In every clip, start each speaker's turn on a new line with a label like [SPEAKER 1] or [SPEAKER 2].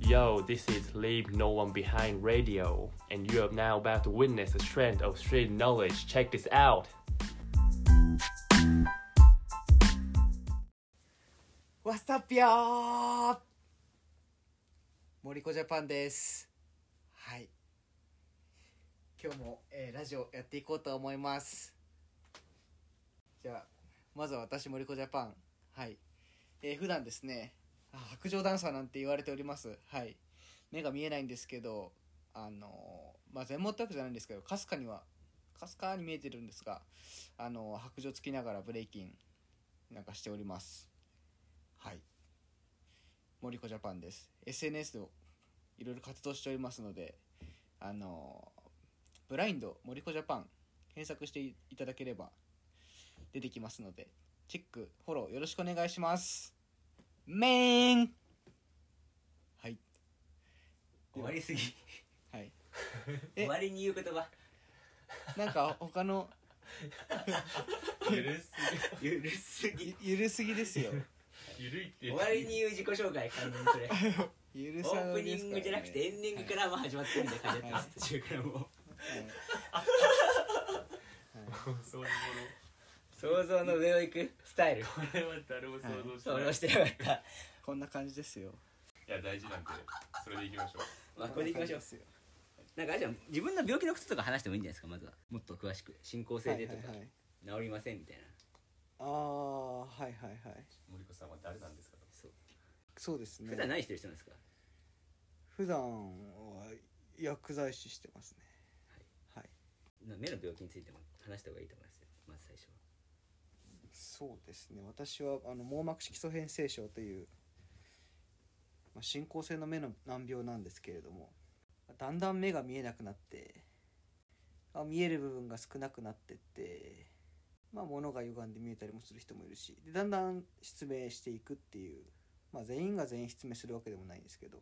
[SPEAKER 1] Yo, this is Leave No One Behind Radio, and you are now about to witness the strength of street knowledge. Check this out!
[SPEAKER 2] わさぴょー森子ジャパンですはい今日も、えーラジオやっていこうと思いますじゃあまずは私森子ジャパンはい、えー普段ですねあ白状ダンサーなんて言われておりますはい目が見えないんですけどあのーまあ全盲ってわけじゃないんですけどかすかにはかすかに見えてるんですがあのー白状つきながらブレイキンなんかしておりますはい。森子ジャパンです。SNS をいろいろ活動しておりますので、あの、ブラインド森子ジャパン検索していただければ出てきますので、チェック、フォローよろしくお願いします。メーンはい。
[SPEAKER 3] 終わりすぎ
[SPEAKER 2] はい。え
[SPEAKER 3] 終わりに言う言葉
[SPEAKER 2] なんか 他の、
[SPEAKER 1] ゆるす
[SPEAKER 3] ゆるすぎ
[SPEAKER 2] ゆゆるすぎです よ。
[SPEAKER 1] ゆるいって
[SPEAKER 3] 終わりに言う自己紹介完全に それ
[SPEAKER 2] ゆる
[SPEAKER 3] オ
[SPEAKER 2] さ
[SPEAKER 3] ープ
[SPEAKER 2] で
[SPEAKER 3] ニ
[SPEAKER 2] す
[SPEAKER 3] ン
[SPEAKER 2] からね
[SPEAKER 3] グじゃなくてエンディングからもう始まってるんで感じやってます途 中からもう
[SPEAKER 1] そういうも
[SPEAKER 3] 想像の上を行くスタイル
[SPEAKER 1] のこれは誰も想像して
[SPEAKER 3] そ
[SPEAKER 1] ない、
[SPEAKER 3] れ
[SPEAKER 1] い
[SPEAKER 3] を、してなかった
[SPEAKER 2] こんな感じですよ。
[SPEAKER 1] や大事なんでそれでいきましょう
[SPEAKER 3] まあこれでいきましょう
[SPEAKER 2] こんな感じですよ
[SPEAKER 3] なんかあれじゃん自分の病気のこととか話してもいいんじゃないですかまずはもっと詳しく進行性でとか
[SPEAKER 2] はいはいはい
[SPEAKER 3] 治りませんみたいな
[SPEAKER 2] ああはいはいはい
[SPEAKER 1] 森子さんは誰なんですか
[SPEAKER 3] そう
[SPEAKER 2] そうですね
[SPEAKER 3] 普段何してる人なんですか
[SPEAKER 2] 普段は薬剤師してますねはい、
[SPEAKER 3] な目の病気についても話した方がいいと思いますよまず最初は
[SPEAKER 2] そうですね私はあの網膜色素変性症という、まあ、進行性の目の難病なんですけれどもだんだん目が見えなくなってあ見える部分が少なくなってってまあ物が歪んで見えたりもする人もいるしでだんだん失明していくっていう、まあ、全員が全員失明するわけでもないんですけど、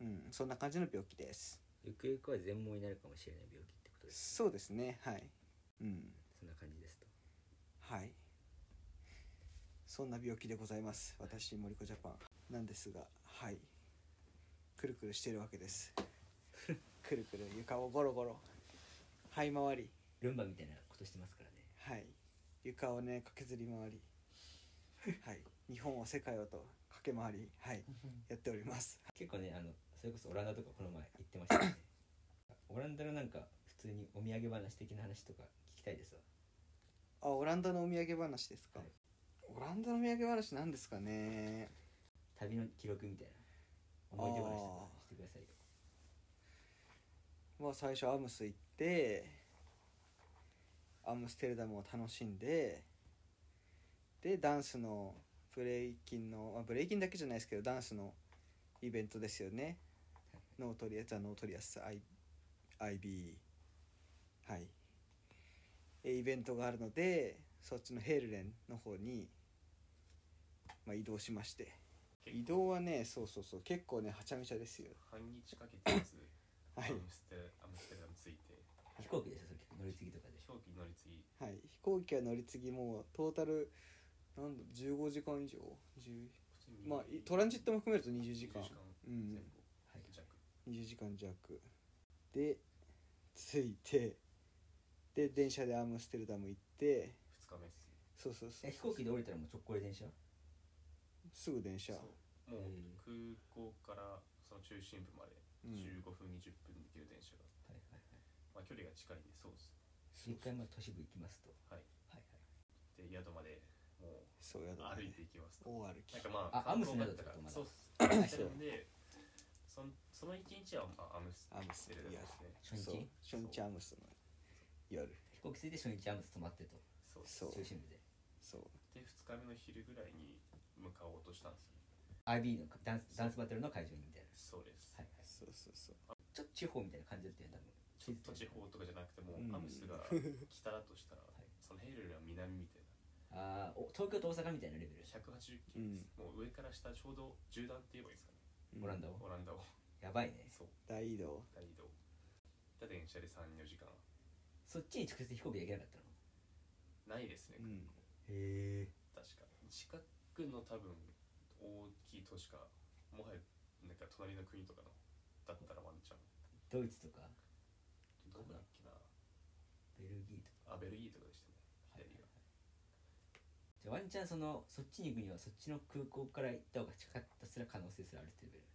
[SPEAKER 2] うん、そんな感じの病気です
[SPEAKER 3] ゆくゆくは全盲になるかもしれない病気ってことです
[SPEAKER 2] そうですねはいうん
[SPEAKER 3] そんな感じですと
[SPEAKER 2] はいそんな病気でございます私森子ジャパンなんですがはいくるくるしてるわけです くるくる床をゴロゴロはい回り
[SPEAKER 3] ルンバみたいなことしてますからね
[SPEAKER 2] はい床をね駆けずり回 りはい日本を世界をと駆け回りはいやっております
[SPEAKER 3] 結構ねあのそれこそオランダとかこの前行ってましたよねオランダのなんか普通にお土産話的な話とか聞きたいですわ
[SPEAKER 2] あオランダのお土産話ですか、
[SPEAKER 3] はい
[SPEAKER 2] オランダのお土産話なんですかね
[SPEAKER 3] 旅の記録みたいな思い出話とかしてくださいよ
[SPEAKER 2] まあ最初アムス行ってアムステルダムを楽しんででダンスのブレイキンの、まあ、ブレイキンだけじゃないですけどダンスのイベントですよねノートリアザ・ノートリアス I- IB はいえイベントがあるのでそっちのヘールレンの方に、まあ、移動しまして移動はねそうそうそう結構ねはちゃめちゃですよ
[SPEAKER 1] 半日かけてます
[SPEAKER 2] はい
[SPEAKER 1] アムステアムステルダムついて
[SPEAKER 3] 飛行機でしょそれ乗り継ぎとかでし
[SPEAKER 1] 飛
[SPEAKER 3] ょ
[SPEAKER 1] 行機乗り継ぎ
[SPEAKER 2] はい、飛行機は乗り継ぎもうトータルなんだ15時間以上10
[SPEAKER 1] 普通に
[SPEAKER 2] まあいトランジットも含めると20時間
[SPEAKER 1] 20時間
[SPEAKER 2] うん
[SPEAKER 1] 前後
[SPEAKER 3] はい
[SPEAKER 1] 弱
[SPEAKER 2] 20時間弱で着いてで電車でアムステルダム行って
[SPEAKER 1] 2日目っす
[SPEAKER 2] そうそうそう
[SPEAKER 3] え飛行機で降りたらもう直行で電車
[SPEAKER 2] すぐ電車
[SPEAKER 1] そうもう空港からその中心部まで
[SPEAKER 2] うん
[SPEAKER 1] 15分20分できる電車が、まあ、距離が近いんでそうです
[SPEAKER 2] そう
[SPEAKER 3] 一回まあ都市部行きますと
[SPEAKER 1] はい
[SPEAKER 3] はい
[SPEAKER 1] で宿までも
[SPEAKER 2] そうや
[SPEAKER 1] う
[SPEAKER 2] だ
[SPEAKER 1] 歩い
[SPEAKER 2] ね
[SPEAKER 1] ていきますと
[SPEAKER 2] 大歩き
[SPEAKER 1] なんかまあ
[SPEAKER 3] あアムスの
[SPEAKER 1] だ
[SPEAKER 3] 宿だったとまだ
[SPEAKER 1] そうっすアムステ
[SPEAKER 2] そう
[SPEAKER 1] ルダムでそんその1日はまあアムス
[SPEAKER 2] アムス
[SPEAKER 1] テルダムですね
[SPEAKER 3] 初
[SPEAKER 2] そう
[SPEAKER 3] 日
[SPEAKER 2] 初日アムスの夜
[SPEAKER 3] 飛行機着いて初日アムス泊まってと
[SPEAKER 1] そうっす
[SPEAKER 2] そう
[SPEAKER 3] 中心部で
[SPEAKER 2] そう
[SPEAKER 1] で2日目の昼ぐらいに向かおうとしたんですよ
[SPEAKER 3] IB のダンスダンスバトルの会場にみたいな
[SPEAKER 1] そうです、
[SPEAKER 3] はいはい
[SPEAKER 2] そうそうそう
[SPEAKER 3] ちょっと地方みたいな感じだったよね
[SPEAKER 1] ちょっと
[SPEAKER 3] 多分
[SPEAKER 1] 地方とかじゃなくても
[SPEAKER 2] うん
[SPEAKER 1] うアムスが北だとしたら、そのヘイルよりは南みたいな
[SPEAKER 3] ああ東京と大阪みたいなレベルでしょ
[SPEAKER 1] 180キロです、もう上から下ちょうど縦断って言えばいいんですかね
[SPEAKER 2] うん
[SPEAKER 3] オランダを
[SPEAKER 1] オランダを
[SPEAKER 3] やばいね
[SPEAKER 1] そう
[SPEAKER 2] 大移動
[SPEAKER 1] 大移動だ電車で34時間
[SPEAKER 3] そっちに直接飛行機で行けなかったの
[SPEAKER 1] ないですね、
[SPEAKER 2] うん
[SPEAKER 3] へえ
[SPEAKER 1] 確か近くの多分大きい都市かもはやなんか隣の国とかのだったらワンチャン
[SPEAKER 3] ドイツとか
[SPEAKER 1] どこだっけな
[SPEAKER 3] ベルギーと
[SPEAKER 1] あ
[SPEAKER 3] か
[SPEAKER 1] ベルギーとかでしたね
[SPEAKER 3] はいはい
[SPEAKER 1] 左が
[SPEAKER 3] じゃあワンチャンそのそっちに行くにはそっちの空港から行った方が近かったすら可能性すらあるっていうレベル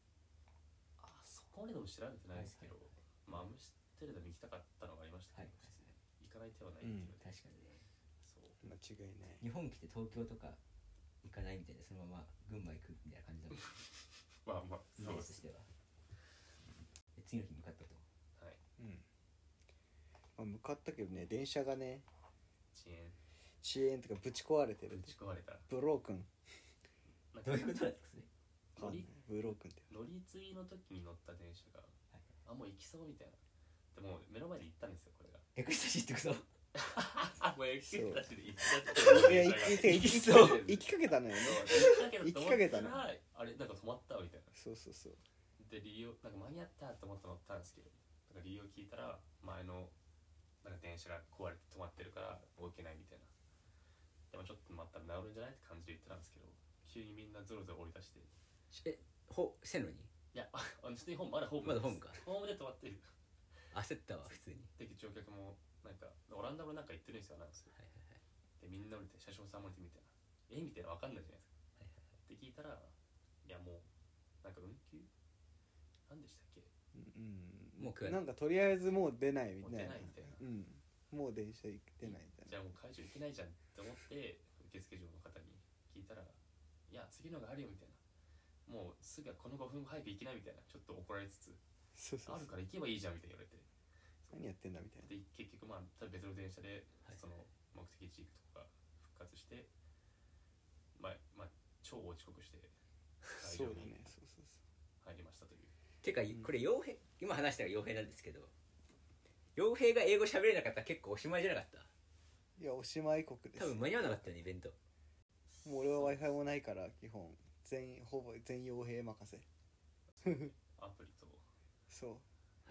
[SPEAKER 1] あそこまででも調べてないですけど、
[SPEAKER 3] はいはい
[SPEAKER 1] まあアムステルダム行きたかったのがありましたけど、
[SPEAKER 3] はい
[SPEAKER 1] 別に行かない手はないっていうので、
[SPEAKER 3] 確かにね
[SPEAKER 1] そう
[SPEAKER 2] 間違いない
[SPEAKER 3] 日本来て東京とか行かないみたいなそのまま群馬行くみたいな感じだもんね
[SPEAKER 1] まあまあ
[SPEAKER 3] イ
[SPEAKER 1] そ
[SPEAKER 3] メ
[SPEAKER 1] う
[SPEAKER 3] ー
[SPEAKER 1] で
[SPEAKER 3] ジ
[SPEAKER 1] す
[SPEAKER 3] としてはで次の日に向かったと
[SPEAKER 1] はい
[SPEAKER 2] うん、まあ、向かったけどね電車がね
[SPEAKER 1] 遅延
[SPEAKER 2] 遅延とかぶち壊れてる
[SPEAKER 1] ぶち壊れた
[SPEAKER 2] ブロークン
[SPEAKER 1] なん
[SPEAKER 3] ど
[SPEAKER 1] か
[SPEAKER 3] ういうことなんですか
[SPEAKER 2] わ
[SPEAKER 3] それ
[SPEAKER 2] かんないブロークンって
[SPEAKER 1] 乗り継ぎの時に乗った電車が
[SPEAKER 3] はい
[SPEAKER 1] あもう行きそうみたいなでも目の前で行ったんですよこれが
[SPEAKER 3] エクスタシーってこと
[SPEAKER 1] あもう行き
[SPEAKER 2] そう
[SPEAKER 1] なしで行ったっていう電
[SPEAKER 2] いや行
[SPEAKER 1] 車が
[SPEAKER 2] き
[SPEAKER 1] そう
[SPEAKER 2] 行き行き行きかけたのよね
[SPEAKER 1] 行きかけたと思ったらあれなんか止まったわみたいな
[SPEAKER 2] そうそうそう
[SPEAKER 1] で理由なんか間に合ったと思って乗ったんですけどなんか理由を聞いたら前のなんか電車が壊れて止まってるから動けないみたいなでもちょっと待ったら治るんじゃないって感じで言ってたんですけど急にみんなゾロゾロ降り出してい
[SPEAKER 3] えほ線路に
[SPEAKER 1] や あの普通にホームまだホーム
[SPEAKER 3] まだホームか
[SPEAKER 1] ホームで止まってる
[SPEAKER 3] 焦ったわ普通に
[SPEAKER 1] で乗客もなんかオランダもなんか言ってるんですよなんかそれ
[SPEAKER 3] はいはいはい
[SPEAKER 1] でみんな降りて車掌さん降りてみたいなえみたいな分かんないじゃないですか
[SPEAKER 3] はいはい
[SPEAKER 1] って聞いたらいやもうなんか運休何でしたっけ
[SPEAKER 2] うん
[SPEAKER 3] もう食え
[SPEAKER 2] な
[SPEAKER 3] ない
[SPEAKER 2] んかとりあえずもう出ないみ
[SPEAKER 1] も
[SPEAKER 2] た
[SPEAKER 1] う
[SPEAKER 2] いな
[SPEAKER 1] 出ないみたいな
[SPEAKER 2] うんもう電車行ってないみ
[SPEAKER 1] じ
[SPEAKER 2] たい
[SPEAKER 1] ゃ
[SPEAKER 2] な
[SPEAKER 1] あもう会場行けないじゃんって思って受付嬢の方に聞いたら「いや次のがあるよ」みたいな「もうすぐこの5分後早く行きな」みたいなちょっと怒られつつ
[SPEAKER 2] そ
[SPEAKER 1] 「
[SPEAKER 2] うそう
[SPEAKER 1] ある
[SPEAKER 2] そう
[SPEAKER 1] から行けばいいじゃん」みたいな言われて
[SPEAKER 2] 何やってんだみたいな
[SPEAKER 1] で結局まあ多分別の電車で
[SPEAKER 3] はい
[SPEAKER 1] その目的地行くとこが復活してまあまあ超遅刻して会
[SPEAKER 2] そう
[SPEAKER 1] 場
[SPEAKER 2] だ
[SPEAKER 1] に
[SPEAKER 2] ねそうそうそ
[SPEAKER 1] 入りましたという
[SPEAKER 3] てかこれ傭兵今話したのが傭兵なんですけど傭兵が英語喋れなかったら結構おしまいじゃなかった
[SPEAKER 2] ういやおしまい国です
[SPEAKER 3] 多分間に合わなかったよねイベント
[SPEAKER 2] もう俺は w i f i もないから基本全員ほぼ全傭兵任せ
[SPEAKER 1] アプリと
[SPEAKER 2] そう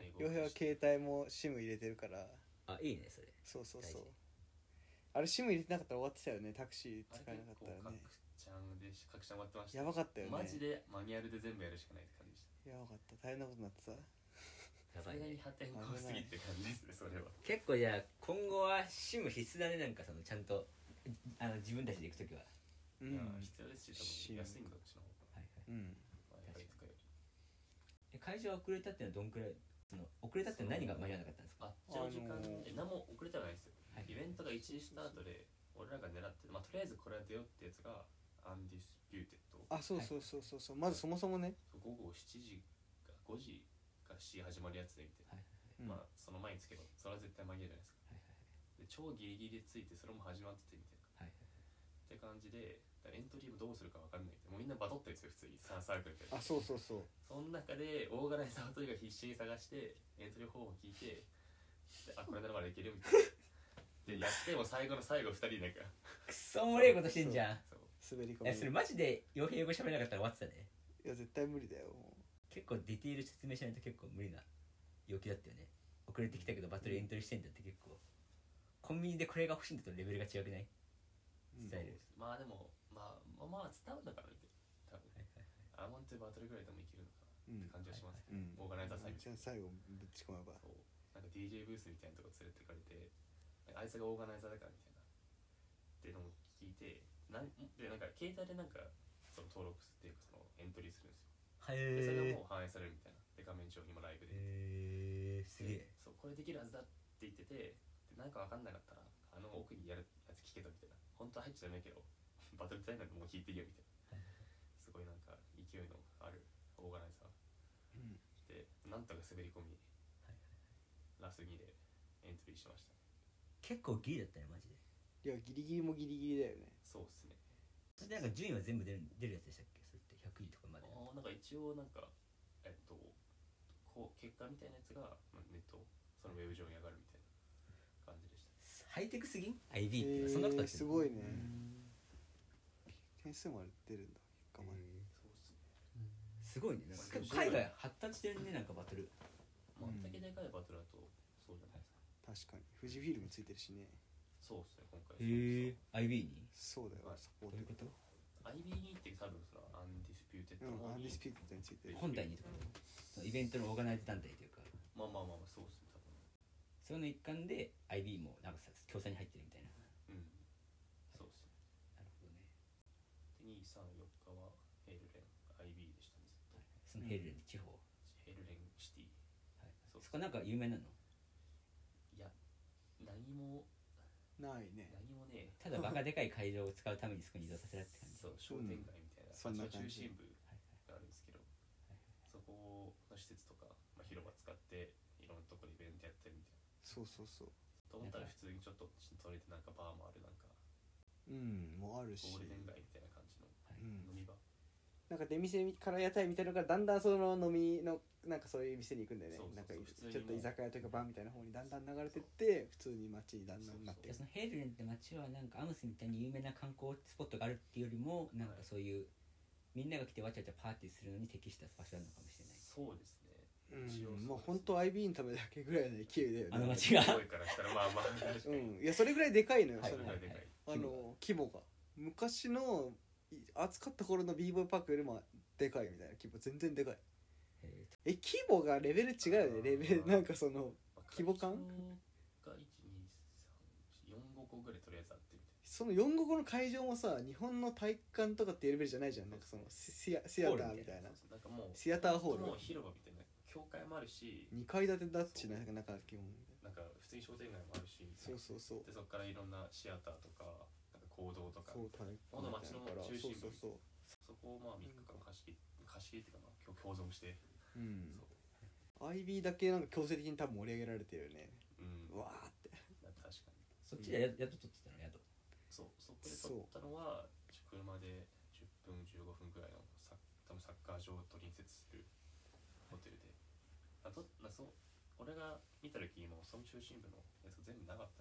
[SPEAKER 1] 英語
[SPEAKER 2] 傭兵は携帯も SIM 入れてるから
[SPEAKER 3] あいいねそれ
[SPEAKER 2] そうそうそう
[SPEAKER 3] 大事
[SPEAKER 2] あれ SIM 入れてなかったら終わってたよねタクシー
[SPEAKER 1] あれ
[SPEAKER 2] 使えなか
[SPEAKER 1] 結
[SPEAKER 2] っ
[SPEAKER 1] 構
[SPEAKER 2] たらね
[SPEAKER 1] 各ちゃんでし各ちゃん終わってました
[SPEAKER 2] やばかったよね
[SPEAKER 1] マジでマニュアルで全部やるしかないって感じでした
[SPEAKER 2] やばかった大変なことになってた
[SPEAKER 3] や
[SPEAKER 1] さ
[SPEAKER 3] ば
[SPEAKER 1] す
[SPEAKER 3] い
[SPEAKER 1] がに
[SPEAKER 3] ね
[SPEAKER 1] 破天荒すぎって感じですねそれは
[SPEAKER 3] 結構じゃあ今後は SIM 必須だねなんかそのちゃんとあの自分たちで行く時は、
[SPEAKER 2] う
[SPEAKER 1] いや
[SPEAKER 2] ん
[SPEAKER 1] 必要ですし多分安いんだこっちの方
[SPEAKER 3] はい
[SPEAKER 2] うん
[SPEAKER 1] が Wi-Fi とかより
[SPEAKER 3] はい、会場遅れたってのはどんくらいその遅れたって何が間に合わなかったんです
[SPEAKER 1] あ
[SPEAKER 3] か
[SPEAKER 1] っちの時間、
[SPEAKER 2] あのー
[SPEAKER 1] え何も遅れてはないですよ
[SPEAKER 3] はい
[SPEAKER 1] イベントが1時スタートで俺らが狙ってまあとりあえずこれは出ようってやつがアンディスピューテッド
[SPEAKER 2] あそうそうそうそうそうまずそもそもね
[SPEAKER 1] 午後7時か5時か7時始まるやつでみたいな、
[SPEAKER 2] うん
[SPEAKER 3] はい
[SPEAKER 1] まあその前につけばそれは絶対間に合うじゃないですかで超ギリギリでついてそれも始まっててみたいな
[SPEAKER 3] はいはいはい
[SPEAKER 1] って感じでだからエントリーもどうするか分かんないもうみんなバトってるんですよ普通に3サークルで
[SPEAKER 2] あそうそうそう
[SPEAKER 1] その中でオーガナイザーというか必死に探してエントリー方法を聞いてであこれならまだいけるみたいなでやっても最後の最後2人なんか
[SPEAKER 3] くっそおもれえことしてんじゃん
[SPEAKER 1] そう
[SPEAKER 2] 滑り込
[SPEAKER 3] えそれ
[SPEAKER 2] み
[SPEAKER 3] マジで傭兵英語喋れなかったら終わってたね
[SPEAKER 2] いや絶対無理だよも
[SPEAKER 3] 結構ディティール説明しないと結構無理な要求だったよね遅れてきたけどバトルエントリーしてんだって結構コンビニでこれが欲しいんだとレベルが違くないスタイル、
[SPEAKER 1] まあでもまあまあまあ伝うんだからって多分
[SPEAKER 3] はいはい
[SPEAKER 1] アーモントゥバトルぐらいでもいけるのかなって感
[SPEAKER 2] ううん
[SPEAKER 1] じはしますけ
[SPEAKER 2] う
[SPEAKER 1] ど、オ
[SPEAKER 2] ん
[SPEAKER 1] ーガナイザー最
[SPEAKER 2] じゃ
[SPEAKER 1] 後
[SPEAKER 2] あ最後ぶち込めば
[SPEAKER 1] そうなんか DJ ブースみたいなとこ連れてかれてなんかあいつがオーガナイザーだからみたいなっていうのも聞いてなんでなんか携帯でなんかその登録っていうかそのエントリーするんですよ
[SPEAKER 3] はい
[SPEAKER 1] でそれが
[SPEAKER 3] へ
[SPEAKER 1] もう反映されるみたいなで画面上にもライブで、
[SPEAKER 3] えー、すげえ
[SPEAKER 1] そうこれできるはずだって言っててでなんか分かんなかったらあの奥にやるやつ聞けたみたいな本当は入っちゃダメだけど バトルタイムなんてもう聞いていいよみたいなすごいなんか勢いのあるオーガナイザー
[SPEAKER 2] うん
[SPEAKER 1] でなんとか滑り込みラス2でエントリーしました
[SPEAKER 3] 結構ギリだったねマジで
[SPEAKER 2] いやギリギリもギリギリだよね
[SPEAKER 1] そうっすね
[SPEAKER 3] それでなんか順位は全部出る出るやつでしたっけそれって100位とかま
[SPEAKER 1] あ
[SPEAKER 3] で
[SPEAKER 1] ーなんか一応なんかえっとこう結果みたいなやつが、まあ、ネットそのウェブ上に上がるみたいな感じでした
[SPEAKER 3] ハイテクすぎん ?IB って
[SPEAKER 2] え
[SPEAKER 3] いうのはそんなこと
[SPEAKER 2] ーすご
[SPEAKER 3] い
[SPEAKER 2] いね点数まで出るんだ結果まで
[SPEAKER 1] そうっすね
[SPEAKER 3] すごいねなんか
[SPEAKER 1] す
[SPEAKER 3] 結
[SPEAKER 1] ご
[SPEAKER 3] 構
[SPEAKER 1] い
[SPEAKER 3] 海外発達してるねなんかバトル
[SPEAKER 1] まああんだけでかいバトルだとそうじゃないですか、
[SPEAKER 2] 確かに富士フィルムついてるしね
[SPEAKER 1] そうですね今回
[SPEAKER 3] IB に
[SPEAKER 2] そうだよ
[SPEAKER 1] はい
[SPEAKER 2] サポ
[SPEAKER 3] ど
[SPEAKER 2] ー
[SPEAKER 3] ういう
[SPEAKER 2] ト
[SPEAKER 3] こと
[SPEAKER 1] IB2 って多分そのアンディスピューテッ
[SPEAKER 2] う
[SPEAKER 1] ドの方
[SPEAKER 2] ん、アン
[SPEAKER 1] に
[SPEAKER 2] ディスピュートについて。
[SPEAKER 3] 本体にとかそのイベントのオーガナイズ団体というか
[SPEAKER 1] まあまあまあまあそうですね多分
[SPEAKER 3] その一環で IB もなんかさ共産に入ってるみたいな
[SPEAKER 1] うんそうですね
[SPEAKER 3] なるほどね
[SPEAKER 1] で2 3 4日はヘルレン IB でしたねずっと
[SPEAKER 3] そのヘルレンの地方、
[SPEAKER 1] ヘルレンシティ
[SPEAKER 3] はい
[SPEAKER 1] そう
[SPEAKER 3] そこなんか有名なの
[SPEAKER 1] いや何も
[SPEAKER 2] ないね。
[SPEAKER 1] 何もね
[SPEAKER 3] ただバカでかい会場を使うためにそこに移動させられたって感 じ
[SPEAKER 1] そう商店街みたいな、
[SPEAKER 2] そんな感じ
[SPEAKER 1] 中心部
[SPEAKER 3] はい
[SPEAKER 1] があるんですけどそこの施設とか、まあ、広場使っていろんなところでイベントやってるみたいな
[SPEAKER 2] そうそうそ
[SPEAKER 1] と思ったら普通にちょっと取れてなんかバーもあるなんか
[SPEAKER 2] う。うん、もうあるし。
[SPEAKER 1] ゴールデン街みたいな感じの
[SPEAKER 3] はい
[SPEAKER 2] うん
[SPEAKER 1] 飲み場、
[SPEAKER 2] なんか出店から屋台みたいなのがだんだんその飲みのなんかそういう店に行くんだよね
[SPEAKER 1] そうそうそう
[SPEAKER 2] なんか
[SPEAKER 1] 普通に
[SPEAKER 2] ちょっと居酒屋というかバーみたいな方にだんだん流れてって普通に街にだんだんなっ
[SPEAKER 3] い
[SPEAKER 2] て
[SPEAKER 3] やそのヘルレンって街はなんかアムスみたいに有名な観光スポットがあるっていうよりもなんかそういう、みんなが来てわちゃわちゃパーティーするのに適した場所なのかもしれない
[SPEAKER 1] そうですね
[SPEAKER 2] うんまあ本当 IB のためだけぐらいの勢いだよね
[SPEAKER 3] あの街が
[SPEAKER 1] 声からしたらまあまあ確か
[SPEAKER 2] う
[SPEAKER 1] に、
[SPEAKER 2] んいやそれぐらいでかいのよ、
[SPEAKER 3] はい
[SPEAKER 2] そ
[SPEAKER 1] そ
[SPEAKER 2] の
[SPEAKER 1] れがでかい、
[SPEAKER 2] あの規模が昔のい暑かった頃の b ボーイパークよりもでかいみたいな規模全然でかい
[SPEAKER 3] えー
[SPEAKER 2] え規模がレベル違うよねレベルなんかその
[SPEAKER 1] まあ
[SPEAKER 2] 規模感
[SPEAKER 1] 会場が1234個ぐらいとりあえずあってみたい
[SPEAKER 2] その4号の会場もさ日本の体育館とかっていうレベルじゃないじゃんなんかそのシアシアターみたい
[SPEAKER 1] な
[SPEAKER 2] な
[SPEAKER 1] そうそうなんかもう
[SPEAKER 2] シアターホール
[SPEAKER 1] もう広場みたいな教会もあるし
[SPEAKER 2] 2階建てだっちななんか基本
[SPEAKER 1] なんか普通に商店街もあるし
[SPEAKER 2] そうそうそう
[SPEAKER 1] でそこからいろんなシアターとかなんか行動とか
[SPEAKER 2] そう体育
[SPEAKER 1] この街の中心部
[SPEAKER 2] そうそうそう
[SPEAKER 1] そこをまあ3日間貸し切り貸し切りっていうかまあ今日共存して
[SPEAKER 2] うん IB だけなんか強制的に多分盛り上げられてるよね
[SPEAKER 1] そううん
[SPEAKER 2] うわーって
[SPEAKER 1] なんか確かに
[SPEAKER 3] そっちでや宿取ってたの宿
[SPEAKER 1] そうそこで撮ったのは車で10分15分ぐらいのサッ多分サッカー場と隣接するホテルであとなそう俺が見た時にもうその中心部のやつが全部なかった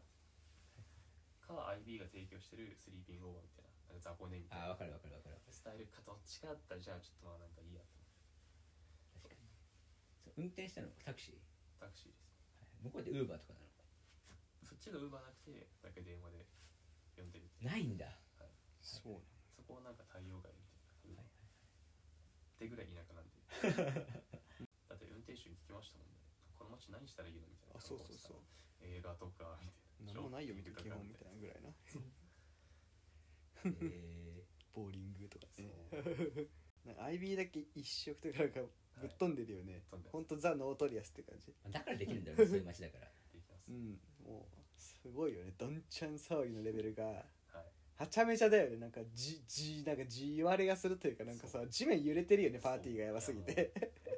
[SPEAKER 1] か IB が提供してるスリーピングオーバーみたいななんか雑魚寝みたい
[SPEAKER 3] あ
[SPEAKER 1] な
[SPEAKER 3] あ分かる分かる分かる分かる
[SPEAKER 1] スタイルかどっちかだったらじゃあちょっとまあなんかいいやと思って
[SPEAKER 3] 確かにそう運転したのタクシー、
[SPEAKER 1] タクシーです
[SPEAKER 3] はい向こうでウーバーとかな
[SPEAKER 1] そっちがウーバーなくてだけ電話で呼んでるって
[SPEAKER 3] のないんだ
[SPEAKER 2] そうなの
[SPEAKER 1] そこをなんか対応外みたいな、
[SPEAKER 3] はいは
[SPEAKER 1] って
[SPEAKER 3] い
[SPEAKER 1] ぐらい田舎なんで だって運転手に聞きましたもんねこの街何したらいいのみたいな
[SPEAKER 2] あそうそうそう
[SPEAKER 1] 映画とかみたいな
[SPEAKER 2] 何もないよみたいな基本みたい
[SPEAKER 1] な
[SPEAKER 2] なぐらいな
[SPEAKER 3] え
[SPEAKER 2] ボーリングとか
[SPEAKER 1] そう
[SPEAKER 2] ね なんか IB だけ一色とかなんかぶっ飛んでるよね、
[SPEAKER 1] 飛んでます
[SPEAKER 2] ほんとザ・ノートリアスって感じ
[SPEAKER 3] ー、だからできるんだろうねそういう街だから
[SPEAKER 1] できま
[SPEAKER 2] う
[SPEAKER 1] す、
[SPEAKER 2] んもうすごいよねどんちゃん騒ぎのレベルが
[SPEAKER 1] はい
[SPEAKER 2] はちゃめちゃだよねなんかじじなんか地割れがするというかなんかさ地面揺れてるよねパーティーがやばすぎて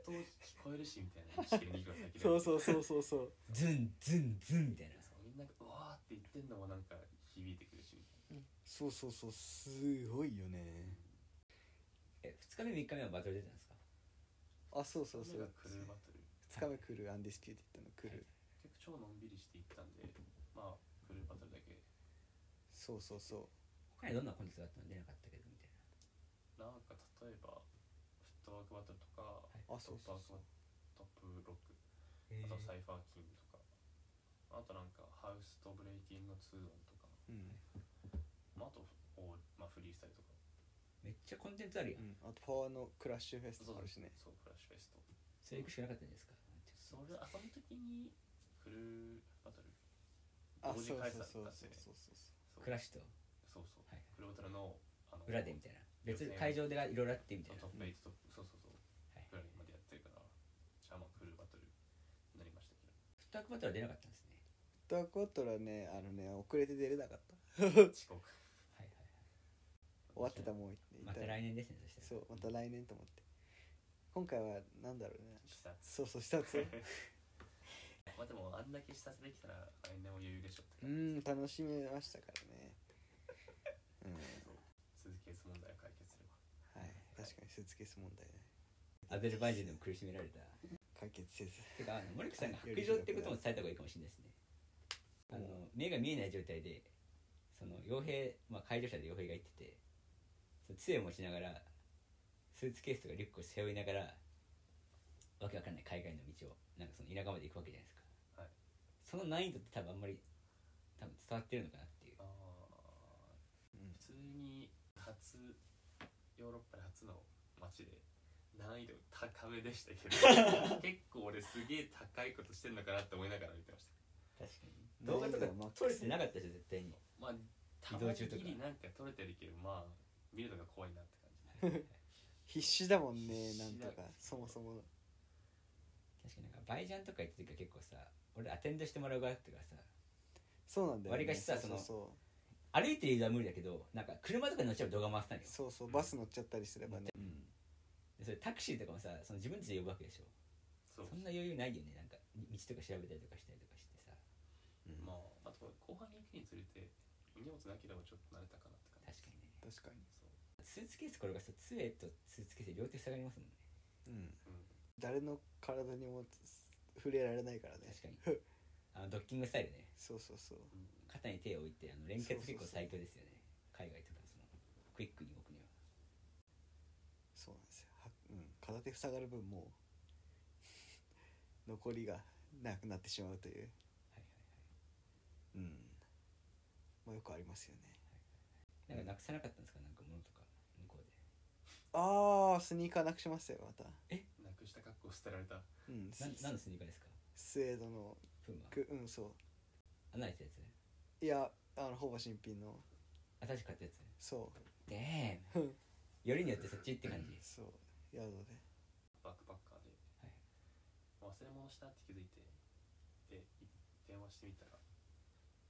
[SPEAKER 1] 音聞こえるしみたいな意識で見る先
[SPEAKER 2] そう
[SPEAKER 1] う
[SPEAKER 2] そうそうそうそう
[SPEAKER 3] ズンズンズンみたいな
[SPEAKER 1] そうみんながうわーって言ってんのもなんか響いてくるしみたい
[SPEAKER 2] そうそうそうすごいよね
[SPEAKER 3] え2日目3日目はバトル出たんですか
[SPEAKER 2] あそうそう
[SPEAKER 1] な
[SPEAKER 2] そ
[SPEAKER 1] それが
[SPEAKER 2] う
[SPEAKER 1] クルーバトル
[SPEAKER 2] 2日目来るアンディスピューティッドの来る、
[SPEAKER 1] 結構超のんびりしていったんでまあクルーバトルだけ
[SPEAKER 2] そうそうそう
[SPEAKER 3] 他にどんなコンテンツがあったの出なかったけどみたいな
[SPEAKER 1] なんか例えばフットワークバトルとか、
[SPEAKER 2] あ
[SPEAKER 1] ト
[SPEAKER 2] そ
[SPEAKER 1] ッ
[SPEAKER 2] う
[SPEAKER 1] プ
[SPEAKER 2] そ
[SPEAKER 1] ア
[SPEAKER 2] う
[SPEAKER 1] ーク
[SPEAKER 2] そう
[SPEAKER 1] バトップロック
[SPEAKER 3] え
[SPEAKER 1] あとサイファーキングとかあとなんかハウスとブレイキングのツーオンとか、
[SPEAKER 2] うん、
[SPEAKER 1] まあ、あとオールまあ、フリースタイルとか
[SPEAKER 3] めっちゃコンテンツあるやん、
[SPEAKER 2] うん、あとパワーのクラッシュフェス
[SPEAKER 1] そ
[SPEAKER 2] ト
[SPEAKER 1] う
[SPEAKER 2] もあるしね
[SPEAKER 1] そうクラッシュフェスト
[SPEAKER 3] それ行くしかなかったんですか
[SPEAKER 1] それあその時にフルバトル
[SPEAKER 2] あ
[SPEAKER 1] 同
[SPEAKER 2] そう
[SPEAKER 1] 時開
[SPEAKER 2] そう
[SPEAKER 1] 催
[SPEAKER 2] そう
[SPEAKER 1] だっ
[SPEAKER 2] そ
[SPEAKER 1] た
[SPEAKER 2] うん
[SPEAKER 1] です
[SPEAKER 2] そう
[SPEAKER 1] よね
[SPEAKER 2] そう
[SPEAKER 1] そう
[SPEAKER 3] クラッシュと
[SPEAKER 1] そうそう、
[SPEAKER 3] はい
[SPEAKER 1] フルバトルのあの
[SPEAKER 3] 裏でみたいな別に会場でいろいろあってみた
[SPEAKER 1] そ
[SPEAKER 3] いうな
[SPEAKER 1] トップ8と、そうそうそう
[SPEAKER 3] はい
[SPEAKER 1] ぐらいまでやってるからじゃあまあフルバトルになりましたけど
[SPEAKER 3] フットワークバトルは出なかったんですね
[SPEAKER 2] ダークワトラねあのね遅れて出れなかった
[SPEAKER 1] 遅刻
[SPEAKER 3] はいはい
[SPEAKER 2] 終わってたもん
[SPEAKER 3] はいまた来年ですねそしたら
[SPEAKER 2] そうまた来年と思って今回はなんだろうね
[SPEAKER 1] 視察
[SPEAKER 2] そうそう視 察
[SPEAKER 1] まあでもあんだけ視察できたら来年も余裕でしょって
[SPEAKER 2] う
[SPEAKER 1] 感じ
[SPEAKER 2] ん楽しめましたからねうん
[SPEAKER 1] 鈴木エース問題を解決すれば
[SPEAKER 2] はい確かにスーツケース問題ね
[SPEAKER 3] アゼルバイジャンでも苦しめられた
[SPEAKER 2] 解決せず
[SPEAKER 3] てかあの森口さんが白状ってことも伝えた方がいいかもしれないですねあの目が見えない状態でその傭兵、まあ、介助者で傭兵が行っててその杖を持ちながらスーツケースとかリュックを背負いながらわけわかんない海外の道をなんかその田舎まで行くわけじゃないです
[SPEAKER 1] は
[SPEAKER 3] か、
[SPEAKER 1] い
[SPEAKER 3] その難易度って多分あんまり多分伝わってるのかなっていう
[SPEAKER 1] ああ
[SPEAKER 2] うん
[SPEAKER 1] 普通に初ヨーロッパで初の街で難易度高めでしたけど 結構俺すげえ高いことしてんのかなって思いながら見てました
[SPEAKER 3] 確かに動画とか
[SPEAKER 2] まあ
[SPEAKER 3] 撮れてなかったでしょ絶対に
[SPEAKER 1] まあたま
[SPEAKER 3] 移
[SPEAKER 1] に
[SPEAKER 3] 動中とか
[SPEAKER 1] ギリなんか撮れてるけどまあ見るのが怖いなって感じ
[SPEAKER 2] 必死だもんね
[SPEAKER 1] 必
[SPEAKER 2] なん
[SPEAKER 1] 死だ
[SPEAKER 2] とかそもそも
[SPEAKER 3] 確かになんかバイジャンとか行った時は結構さ俺アテンドしてもらう側だったからさ
[SPEAKER 2] そうなんだよ、ね、
[SPEAKER 3] 割りかしさ
[SPEAKER 2] そうそう
[SPEAKER 3] 歩いてる移動は無理だけどなんか車とかに乗っちゃえば動画回せたんよ
[SPEAKER 2] そうそうそうバス乗っちゃったりすればね
[SPEAKER 3] うんでそれタクシーとかもさその自分たちで呼ぶわけでしょ
[SPEAKER 1] そう
[SPEAKER 3] そんな余裕ないよねなんか道とか調べたりとかしたりとかしてさ、うん
[SPEAKER 1] まああと後半に行くにつれて荷物なければちょっと慣れたかなって感
[SPEAKER 3] 確
[SPEAKER 1] じ
[SPEAKER 3] かにね
[SPEAKER 2] 確か
[SPEAKER 3] スーツケース転がすと杖とスーツケースで両手下がりますもんね
[SPEAKER 2] にうん
[SPEAKER 1] そう、うん
[SPEAKER 2] 誰の体にも触れられないからね
[SPEAKER 3] 確かにあのドッキングスタイルね
[SPEAKER 2] そうそうそう
[SPEAKER 3] 肩に手を置いてあの連結
[SPEAKER 2] そうそ
[SPEAKER 3] 結構
[SPEAKER 2] うそう
[SPEAKER 3] 最強ですよね海外とかそのクイックに動くには
[SPEAKER 2] そうなんですよは、うん、片手塞がる分もう 残りがなくなってしまうという
[SPEAKER 3] はいはい
[SPEAKER 2] うんまあよくありますよね
[SPEAKER 3] はいなんかなくさなかったんですかなんか物とか向こうで
[SPEAKER 2] ああスニーカーなくしましたよまた
[SPEAKER 1] なくした格好捨てられた
[SPEAKER 2] うんス
[SPEAKER 3] なん何のスニーカーですか
[SPEAKER 2] スウェードの
[SPEAKER 3] プーマ
[SPEAKER 2] くうんそ
[SPEAKER 3] 穴開いたやつ
[SPEAKER 2] ういやあのほぼ新品の
[SPEAKER 3] 新しく買ったやつ
[SPEAKER 2] そ
[SPEAKER 3] でー
[SPEAKER 2] ううん
[SPEAKER 3] んよりによってそっちって感じ
[SPEAKER 2] そう宿で
[SPEAKER 1] バックパッカーで、
[SPEAKER 3] はい
[SPEAKER 1] 忘れ物したって気づいてでい電話してみたら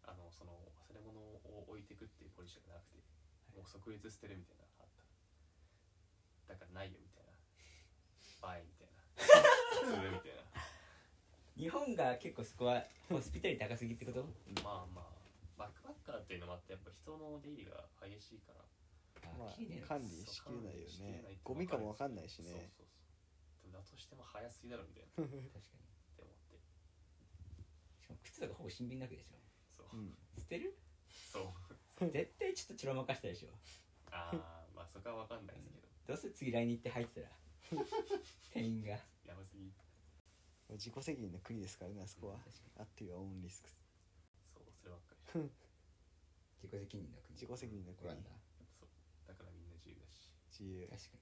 [SPEAKER 1] あのその忘れ物を置いてくっていうポリシーがなくて、
[SPEAKER 3] はい
[SPEAKER 1] もう即日捨てるみたいなのがあっただからないよみたい なバイみたいなするみたいな
[SPEAKER 3] 日本が結構そこはホスピタリティ高すぎってこと
[SPEAKER 1] まあまあバックパッカーっていうのもあってやっぱ人の出入りが激しいから
[SPEAKER 2] ま
[SPEAKER 3] 綺麗
[SPEAKER 2] あ
[SPEAKER 3] な
[SPEAKER 2] 管理しきれない
[SPEAKER 1] そう管
[SPEAKER 2] よ
[SPEAKER 1] 理しきれ
[SPEAKER 2] ね
[SPEAKER 1] ないって
[SPEAKER 2] ゴミかもわかんないし
[SPEAKER 1] そう
[SPEAKER 2] ね
[SPEAKER 1] そうそうでもだとしても早すぎだろみたいなっ
[SPEAKER 3] 確かに
[SPEAKER 1] て思って
[SPEAKER 3] しかも靴とかほぼ新品なわけでしょ
[SPEAKER 1] そう
[SPEAKER 2] うん
[SPEAKER 3] 捨てる
[SPEAKER 1] そう
[SPEAKER 3] 絶対ちょっとちらまかしたでしょ
[SPEAKER 1] ああまあそこは分かんないですけど
[SPEAKER 3] どうせ次来に行って入ってたら 店員が
[SPEAKER 1] やばすぎ
[SPEAKER 2] 自己責任の国ですからねあそこは
[SPEAKER 3] 確かに
[SPEAKER 2] あっていうはオンリスク
[SPEAKER 1] そうそればっかり
[SPEAKER 3] 自己責任の国
[SPEAKER 2] 自己責任の国
[SPEAKER 3] オランダ
[SPEAKER 1] そうだからみんな自由だし
[SPEAKER 2] 自由
[SPEAKER 3] 確かに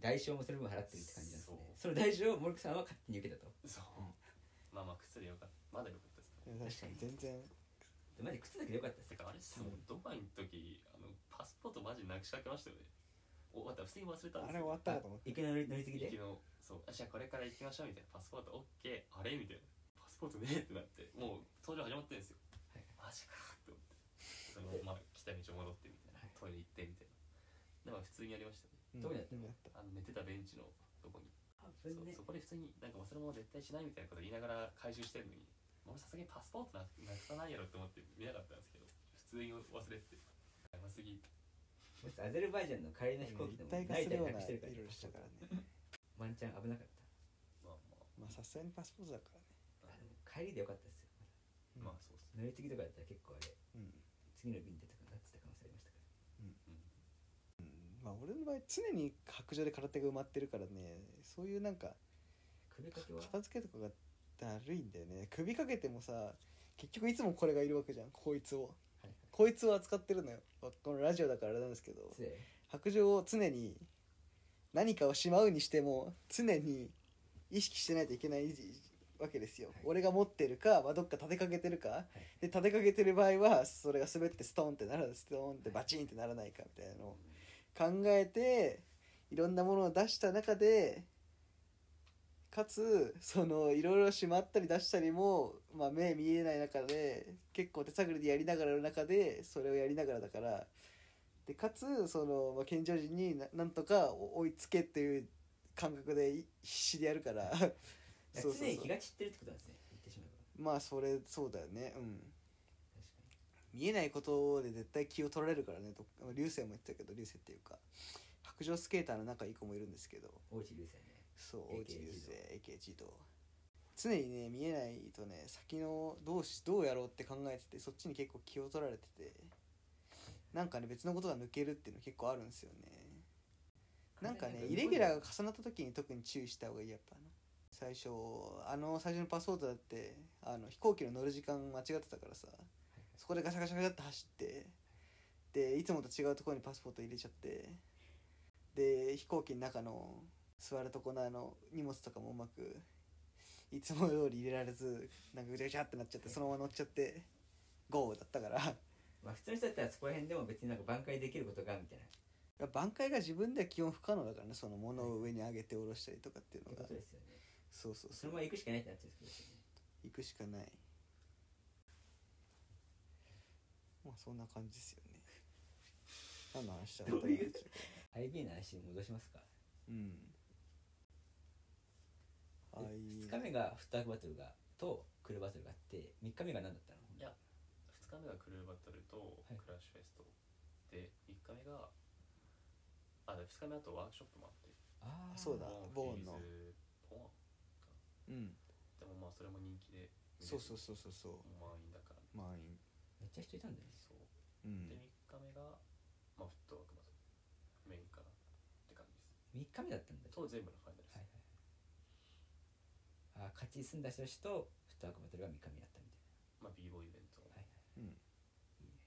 [SPEAKER 3] 代償もその分払ってるって感じなんですね
[SPEAKER 1] そう
[SPEAKER 3] その代償を森久さんは勝手に受けたと
[SPEAKER 1] そうまあまあ靴でよかったまだよかったですね
[SPEAKER 2] でも確かに全然
[SPEAKER 3] でマジ靴だけでよかったです
[SPEAKER 1] て
[SPEAKER 3] よ
[SPEAKER 1] かあれっすよドバイの時あのパスポートマジなくしかけましたよねおまた普通に忘れたん
[SPEAKER 2] あ
[SPEAKER 1] です
[SPEAKER 2] れ終わったかと思って
[SPEAKER 3] 行くの乗り乗り継ぎ
[SPEAKER 1] 行き
[SPEAKER 3] で
[SPEAKER 1] のそうあじゃあこれから行きましょうみたいなパスポートオッケーあれみたいなパスポートねえってなってもう登場始まってるんですよ、
[SPEAKER 3] はい
[SPEAKER 1] マジかって思ってそのまあ来た道戻ってみたいな、
[SPEAKER 3] はい
[SPEAKER 1] トイレ行ってみたいなでも普通にやりましたね
[SPEAKER 2] うん
[SPEAKER 3] どこにあった
[SPEAKER 2] どこ
[SPEAKER 1] あの寝てたベンチのとこに
[SPEAKER 3] 危
[SPEAKER 1] そう
[SPEAKER 3] ね
[SPEAKER 1] そこで普通になんか忘れ物絶対しないみたいなこと言いながら回収してるのに俺さすがにパスポートななくさないやろって思って見なかったんですけど普通に忘れててやばすぎ
[SPEAKER 3] アゼルバイジャンの帰りの飛行機で
[SPEAKER 2] 一
[SPEAKER 3] も
[SPEAKER 2] 体化
[SPEAKER 3] 成
[SPEAKER 2] す
[SPEAKER 3] 田
[SPEAKER 2] るよう
[SPEAKER 3] に隠
[SPEAKER 2] な
[SPEAKER 3] して
[SPEAKER 2] 色
[SPEAKER 3] るから
[SPEAKER 2] 々したからね
[SPEAKER 3] ワンチャン危なかっ
[SPEAKER 1] まあまあ
[SPEAKER 2] まあさすがにパスポートだからね
[SPEAKER 3] たあでも帰りでよかったですよ
[SPEAKER 2] うん
[SPEAKER 1] まあそうっすね
[SPEAKER 3] 乗り継ぎとかだったら結構あれ
[SPEAKER 2] うん
[SPEAKER 3] 次の便でとかなってた可能性ありましたから
[SPEAKER 2] まあ俺の場合常に白状で空手が埋まってるからねそういうなんか
[SPEAKER 3] 首掛けは
[SPEAKER 2] 片付けとかがだるいんだよね首かけてもさ結局いつもこれがいるわけじゃんこいつを
[SPEAKER 3] はいはい
[SPEAKER 2] こいつを扱ってるのよこのラジオだからあれなんですけど
[SPEAKER 3] 杖
[SPEAKER 2] 白状を常に何かをしまうにしても常に意識してないといけないわけですよ、
[SPEAKER 3] はい
[SPEAKER 2] 俺が持ってるか、まあ、どっか立てかけてるか、で立てかけてる場合はそれが滑ってストンってならストンってバチンってならないかみたいなのを考えていろんなものを出した中でかつそのいろいろしまったり出したりも、まあ、目見えない中で結構手探りでやりながらの中でそれをやりながらだからでかつその、まあ、健常人にななんとか追いつけっていう感覚でい必死でやるから
[SPEAKER 3] 常
[SPEAKER 2] そうそう
[SPEAKER 3] に
[SPEAKER 2] そ
[SPEAKER 3] 気
[SPEAKER 2] う
[SPEAKER 3] が散ってるってことなんですね言ってしまえば
[SPEAKER 2] まあそれそうだよねうん。
[SPEAKER 3] 確かに
[SPEAKER 2] 見えないことで絶対気を取られるからねと流星も言ってたけど流星っていうか白状スケーターの仲いい子もいるんですけど
[SPEAKER 3] 大内流星ね
[SPEAKER 2] そう大
[SPEAKER 3] AK
[SPEAKER 2] 内流星 AK 児童常にね見えないとね先のどうしどうやろうって考えててそっちに結構気を取られててなんかね別のことが抜けるっていうの結構あるんですよねなんかねイレギュラーが重なった時に特に注意した方がいいやっぱな最初あの最初のパスポートだってあの飛行機の乗る時間間違ってたからさそこでガシャガシャガシャって走ってでいつもと違うところにパスポート入れちゃってで飛行機の中の座るとこのあの荷物とかもうまくいつも通り入れられずなんかぐちゃぐちゃってなっちゃってそのまま乗っちゃってゴーだったから
[SPEAKER 3] まあ普通の人だったらそこら辺でも別になんか挽回できることがみたいな
[SPEAKER 2] 挽回が自分では基本不可能だからねその物を上に上げて下ろしたりとかっていうのが
[SPEAKER 3] ことですよね
[SPEAKER 2] そうそう
[SPEAKER 3] そ
[SPEAKER 2] そう
[SPEAKER 3] のまま行くしかないってなってるんですけどね
[SPEAKER 2] 行くしかないまあそんな感じですよね何の話したかったかな
[SPEAKER 3] どういう IB の話に戻しますか
[SPEAKER 2] うんああい
[SPEAKER 3] 2
[SPEAKER 2] う
[SPEAKER 3] 日目がフットワークバトルがとクルーバトルがあって3日目が何だったの
[SPEAKER 1] いや2日目がクルーバトルと
[SPEAKER 3] はい
[SPEAKER 1] クラッシュフェスト、で3日目があで2日目あとワークショップもあって
[SPEAKER 3] あー
[SPEAKER 2] そうだボーンの
[SPEAKER 1] フィズボーン
[SPEAKER 2] うん
[SPEAKER 1] でもまあそれも人気で
[SPEAKER 2] そうそうそうそうそう
[SPEAKER 1] 満員だからね
[SPEAKER 2] 満員
[SPEAKER 3] めっちゃ人いたんだよね
[SPEAKER 1] そう
[SPEAKER 2] う
[SPEAKER 1] で3
[SPEAKER 2] ん
[SPEAKER 1] 日目が、まあ、フットワークバトルメインからって感じです
[SPEAKER 3] 3日目だったんだ
[SPEAKER 1] と全部のファイナルです、
[SPEAKER 3] はいはいあー勝ち進んだ人たちとフットワークバトルが3日目だったみたい
[SPEAKER 1] まあ b ボーイイベント、
[SPEAKER 3] なはい
[SPEAKER 2] うん
[SPEAKER 3] いいね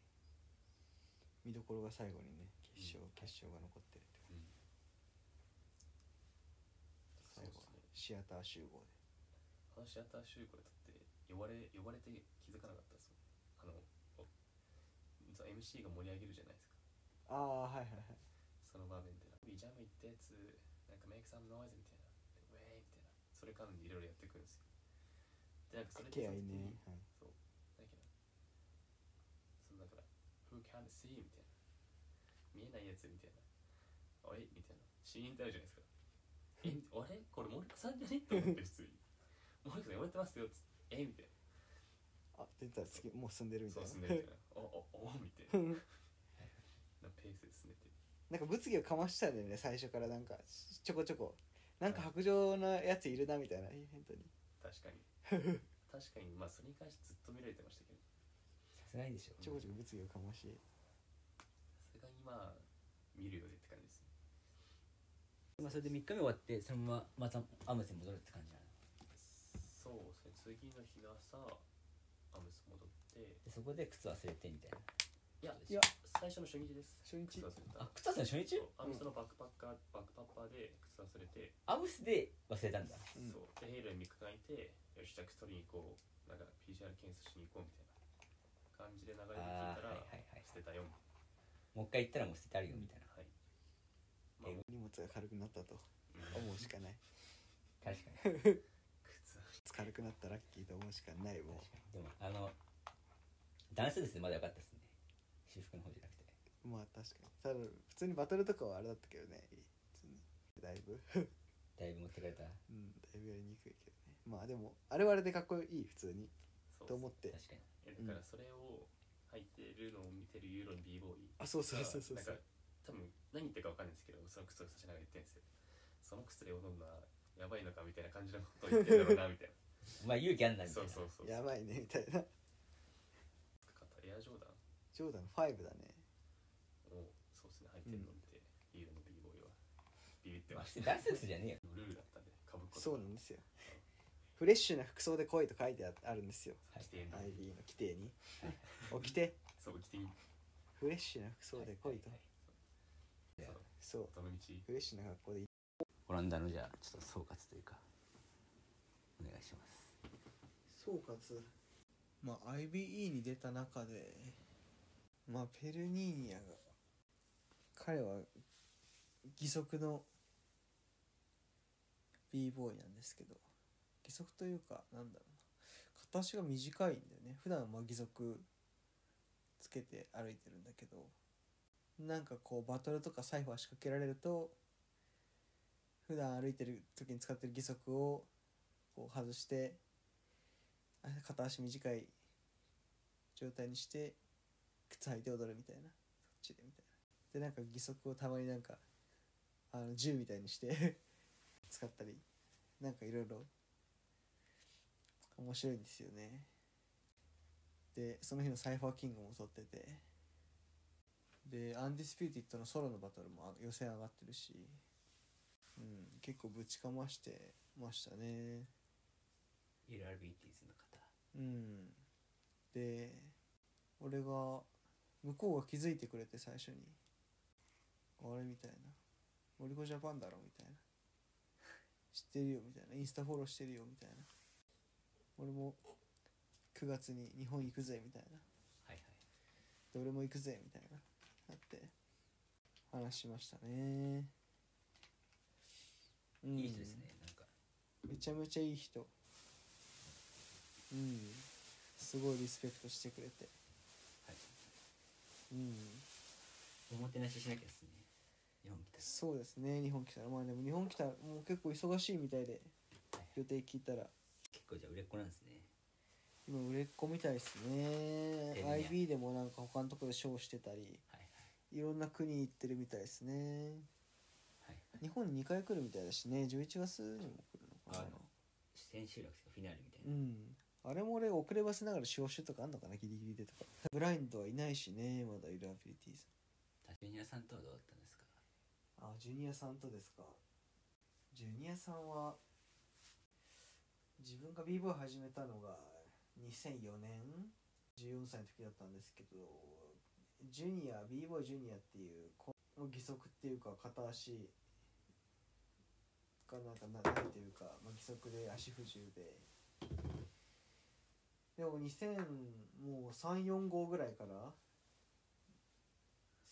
[SPEAKER 2] 見どころが最後にね決
[SPEAKER 1] う
[SPEAKER 2] 勝
[SPEAKER 1] ん
[SPEAKER 2] 決勝が残ってる
[SPEAKER 1] う
[SPEAKER 2] って
[SPEAKER 1] んそ
[SPEAKER 2] 最
[SPEAKER 1] うで
[SPEAKER 2] 後は
[SPEAKER 1] すね
[SPEAKER 2] シアター集合で
[SPEAKER 1] あのシアターシューこれだって呼ばれ呼ばれて気づかなかったですもんあのおザ MC が盛り上げるじゃないですか
[SPEAKER 2] ああはいはいはい
[SPEAKER 1] その場面でビジャム行ったやつなんかメイクさんのノイズみたいなでウェーイみたいなそれからいろいろやってくるんですよでなんかそれ
[SPEAKER 2] 掛け合い
[SPEAKER 1] その時
[SPEAKER 2] ね
[SPEAKER 1] に、
[SPEAKER 2] はい、
[SPEAKER 1] そうだけどそのだから「Who can see?」みたいな見えないやつみたいな「あれ?」みたいなシーンってあるじゃないですか「えあれこれ森子さんじゃね?」と思って普通に「森子さん呼ばれてますよ」っつって「えみたいな
[SPEAKER 2] あ出たら次もう進んでるみた
[SPEAKER 1] そ
[SPEAKER 2] い
[SPEAKER 1] 進ん
[SPEAKER 2] うな
[SPEAKER 1] でるみたいな「おおおみたいななペースで進めて
[SPEAKER 2] なんか物議をかましたんだよね最初からなんかちょこちょこなんか白状なやついるなみたいな本当に
[SPEAKER 1] 確 かに確かにまあそれに関してずっと見られてましたけど
[SPEAKER 3] さすがにでしょ
[SPEAKER 2] ちょこちょこ物議をかまし
[SPEAKER 1] さすがにまあ見るよねって感じですね
[SPEAKER 3] まあそれで3日目終わってそのまままたアムスに戻るって感じなの
[SPEAKER 1] そうそれ次の日の朝アムス戻って
[SPEAKER 3] でそこで靴忘れてみたいない
[SPEAKER 1] や
[SPEAKER 3] いや
[SPEAKER 1] 最初の初日です
[SPEAKER 2] 初日
[SPEAKER 1] 靴忘れた
[SPEAKER 3] あ靴忘れたの初日
[SPEAKER 1] そうアムスのバックパッカー、バックパッパーで靴忘れて、
[SPEAKER 3] アムスで忘れたんだ
[SPEAKER 2] うん
[SPEAKER 1] そうでヘイルに3日間いてよしじゃあ靴取りに行こうなんか PCR 検査しに行こうみたいな感じで流れて聞い
[SPEAKER 3] あ
[SPEAKER 1] た
[SPEAKER 3] ー
[SPEAKER 1] ら、
[SPEAKER 3] はいはいはい
[SPEAKER 1] 捨てたよみたい
[SPEAKER 3] もう一回行ったらもう捨ててあるよみたいな
[SPEAKER 1] なはいまあ
[SPEAKER 2] 荷物が軽くなったと
[SPEAKER 1] うん
[SPEAKER 2] 思うしかない
[SPEAKER 3] 確かに
[SPEAKER 1] 靴
[SPEAKER 2] 軽くなったラッキーと思うしかないも
[SPEAKER 3] でもあのダンスですねまだ良かったですね修復の方じゃなくて
[SPEAKER 2] うまあ確かにただ普通にバトルとかはあれだったけどね普通にだいぶ
[SPEAKER 3] だいぶ持ってかれた
[SPEAKER 2] うんだいぶやりにくいけどねまあでもあれはあれでかっこいい普通に
[SPEAKER 1] そう
[SPEAKER 2] と思って
[SPEAKER 3] 確かに
[SPEAKER 1] えだからそれを履いてるのを見てるユーロの b ボーイ
[SPEAKER 2] あそうそうそうそう
[SPEAKER 1] なん
[SPEAKER 2] そ
[SPEAKER 1] か
[SPEAKER 2] う
[SPEAKER 1] 多分何言ってるかわかんないですけどその靴を差しながら言ってるんですよその靴で踊るのはやばいのかみたいな感じのことを言ってるだろうなみたいな
[SPEAKER 3] お前勇気あんなみた
[SPEAKER 1] そ
[SPEAKER 3] いうな
[SPEAKER 1] そうそう
[SPEAKER 2] やばいねみたいな
[SPEAKER 1] かったエアジョーダン
[SPEAKER 2] ジョーダン5だね
[SPEAKER 1] をそうですね履いてるのを見て、ユーロの b ボーイはビビって
[SPEAKER 3] ま
[SPEAKER 1] ま
[SPEAKER 3] あ
[SPEAKER 1] した
[SPEAKER 3] ダンスですじゃねえよ
[SPEAKER 1] ルールだったんでかぶっこと
[SPEAKER 2] そうなんですよフレッシュな服装で来いと書いてああるんですよ
[SPEAKER 1] 規定の、
[SPEAKER 2] ID の規定に起きて
[SPEAKER 1] そう規定に
[SPEAKER 2] フレッシュな服装で来いと
[SPEAKER 3] じゃあ
[SPEAKER 2] そう
[SPEAKER 1] どの道
[SPEAKER 2] フレッシュな格好で
[SPEAKER 3] オランダのじゃあちょっと総括というかお願いします
[SPEAKER 2] 総括まあ IBE に出た中でまあペルニーニャが彼は義足の b ボーイなんですけど義足というかなんだろうな片足が短いんだよね普段はまあ義足つけて歩いてるんだけどなんかこうバトルとかサイファー仕掛けられると普段歩いてる時に使ってる義足をこう外してあ片足短い状態にして靴履いて踊るみたいなそっちでみたいなでなんか義足をたまになんかあの銃みたいにして 使ったりなんかいろいろ面白いんですよねでその日のサイファーキングも撮っててでアンディスピューティッドのソロのバトルもあ予選上がってるし、うん、結構ぶちかましてましたね
[SPEAKER 3] LRBTs の方
[SPEAKER 2] うんで俺が向こうが気づいてくれて最初にあれみたいな森子ジャパンだろみたいな知ってるよみたいなインスタフォローしてるよみたいな俺も9月に日本行くぜみたいな
[SPEAKER 3] はいはい
[SPEAKER 2] で俺も行くぜみたいななって話しましたね、うん
[SPEAKER 3] いい人ですねなんか
[SPEAKER 2] めちゃめちゃいい人うんすごいリスペクトしてくれて
[SPEAKER 3] はい
[SPEAKER 2] うん
[SPEAKER 3] おもてなししなきゃですね日本来たら
[SPEAKER 2] そうですね日本来たらまあでも日本来たらもう結構忙しいみたいで予定聞いたら
[SPEAKER 3] 結構じゃあ売れっ子なんですね
[SPEAKER 2] 今売れっ子みたいですね
[SPEAKER 3] ええ
[SPEAKER 2] IB でもなんか他のところでショーしてたり
[SPEAKER 3] はい
[SPEAKER 2] いろんな国行ってるみたいですね
[SPEAKER 3] はいはい
[SPEAKER 2] 日本に2回来るみたいだしね11月にも来るのかな
[SPEAKER 3] あの千秋楽とかフィナーレみたいな、
[SPEAKER 2] うんあれも俺遅ればせながら招集とかあんのかなギリギリでとかブラインドはいないしねまだいるアビリティーズ
[SPEAKER 3] ジュニアさんとはどうだったんですか
[SPEAKER 2] あジュニアさんとですかジュニアさんは自分が b ボーイ始めたのが2004年14歳の時だったんですけどジュニア b ボーイジュニアっていうこの義足っていうか片足がなんかなないというか、まあ、義足で足不自由ででも200345号ぐらいから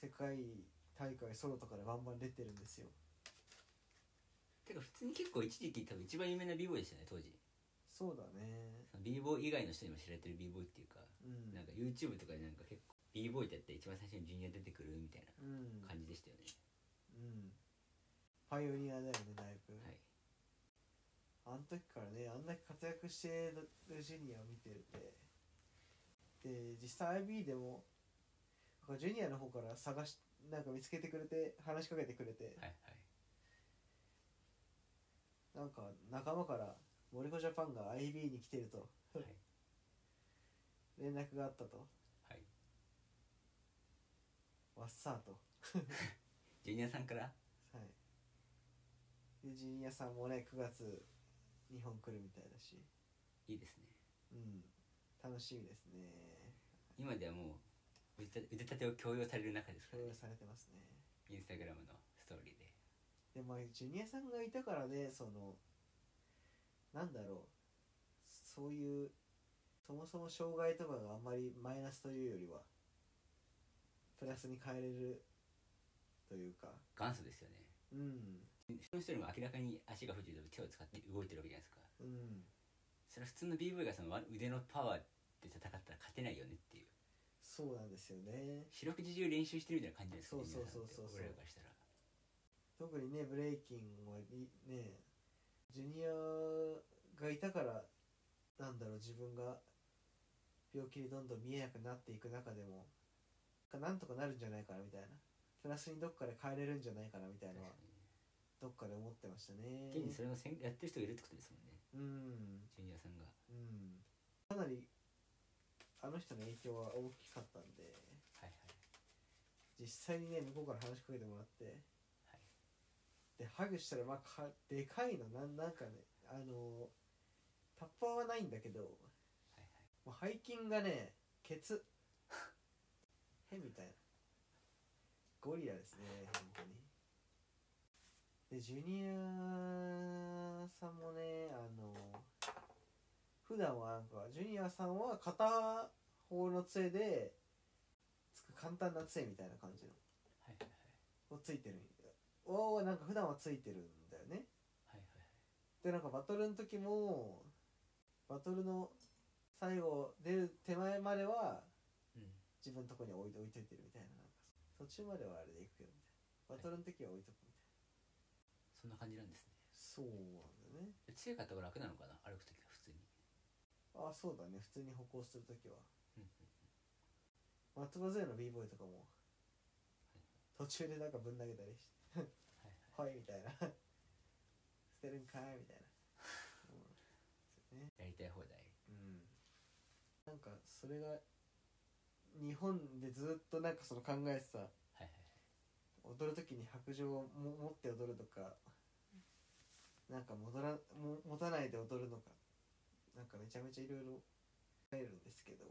[SPEAKER 2] 世界大会ソロとかでバンバン出てるんですよ
[SPEAKER 3] てか普通に結構一時期多分一番有名な b ボーイでしたよね当時
[SPEAKER 2] そうだね
[SPEAKER 3] その b ボーイ以外の人にも知られてる b ボーイっていうか、
[SPEAKER 2] うん
[SPEAKER 3] なんか YouTube とかでなんか結構 b ボーイってやって一番最初にジュニア出てくるみたい
[SPEAKER 2] うん
[SPEAKER 3] な感じでしたよね、
[SPEAKER 2] うんパイオニアだよねだいぶ、
[SPEAKER 3] はい
[SPEAKER 2] あの時からねあんだけ活躍してるジュニアを見てるてで実際 IB でもなんかジュニアの方から探しなんか見つけてくれて話しかけてくれて、
[SPEAKER 3] はい
[SPEAKER 2] なんか仲間から「森子ジャパンが IB に来てる」と
[SPEAKER 3] はいはい
[SPEAKER 2] 連絡があったと
[SPEAKER 3] はい
[SPEAKER 2] 「わっさーと」
[SPEAKER 3] ジュニアさんから
[SPEAKER 2] はいでジュニアさんもね9月日本来るみたいだし
[SPEAKER 3] いいですね
[SPEAKER 2] うん楽しみですね
[SPEAKER 3] 今ではもう腕立て腕立てを強要される中ですか
[SPEAKER 2] 共
[SPEAKER 3] ら
[SPEAKER 2] 有
[SPEAKER 3] ね
[SPEAKER 2] されてますね
[SPEAKER 3] インスタグラムのストーリーで
[SPEAKER 2] でまあジュニアさんがいたからねそのなんだろうそういうそもそも障害とかがあんまりマイナスというよりはプラスに変えれるというか
[SPEAKER 3] 元祖ですよね
[SPEAKER 2] うん
[SPEAKER 3] その人よりも明らかに足が不自由で手を使って動いてるわけじゃないですか
[SPEAKER 2] うん
[SPEAKER 3] それは普通の BV がその腕のパワーで戦ったら勝てないよねっていう
[SPEAKER 2] そうなんですよね
[SPEAKER 3] 四六時中練習してるみたいな感じなんですよね
[SPEAKER 2] そうそうそうそうそう
[SPEAKER 3] 皆さんって俺らからしたら
[SPEAKER 2] 特にねブレイキンはいねジュニアがいたからなんだろう自分が病気でどんどん見えなくなっていく中でもなんとかなるんじゃないかなみたいなプラスにどっかで変えれるんじゃないかなみたいなのは
[SPEAKER 3] 確か
[SPEAKER 2] どっかで思ってました
[SPEAKER 3] に
[SPEAKER 2] ね
[SPEAKER 3] 現にそれの先やってる人がいるってことですもんね
[SPEAKER 2] うん
[SPEAKER 3] ジュニアさんが
[SPEAKER 2] うんかなりあの人の影響は大きかったんで
[SPEAKER 3] はいはい
[SPEAKER 2] 実際にね向こうから話しかけてもらって
[SPEAKER 3] はい
[SPEAKER 2] でハグしたらまあかでかいのなんなんかねあのタッパーはないんだけど
[SPEAKER 3] はい
[SPEAKER 2] もう背筋がねケツへみたいなゴリラですね本当にでジュニアさんもねあの普段はなんかジュニアさんは片方の杖でつく簡単な杖みたいな感じの
[SPEAKER 3] はいはい
[SPEAKER 2] をついてるをなんか普段はついてるんだよね
[SPEAKER 3] はいはいはい
[SPEAKER 2] でなんかバトルの時もバトルの最後出る手前までは
[SPEAKER 3] うん
[SPEAKER 2] 自分のとこに置い置いといてるみたいななんか途中まではあれでいくけどみたいなバトルの時は置いとくみたいな、
[SPEAKER 3] そんな感じなんですね
[SPEAKER 2] そうなんだよね
[SPEAKER 3] 強かった方が楽なのかな歩く時は普通に
[SPEAKER 2] ああそうだね普通に歩行する時は
[SPEAKER 3] うん
[SPEAKER 2] 松葉杖の b ボーイとかも
[SPEAKER 3] い
[SPEAKER 2] 途中でなんかぶん投げたりして
[SPEAKER 3] はいは
[SPEAKER 2] 「はい」
[SPEAKER 3] い
[SPEAKER 2] みたいな 「捨てるんかい」み たいな、うん
[SPEAKER 3] やりたい放題
[SPEAKER 2] うんなんかそれが日本でずっとなんかその考えてた
[SPEAKER 3] はいはい
[SPEAKER 2] 踊る時に白杖をも持って踊るとかなんか戻らも持たないで踊るのかなんかめちゃめちゃいろいろ考えるんですけど、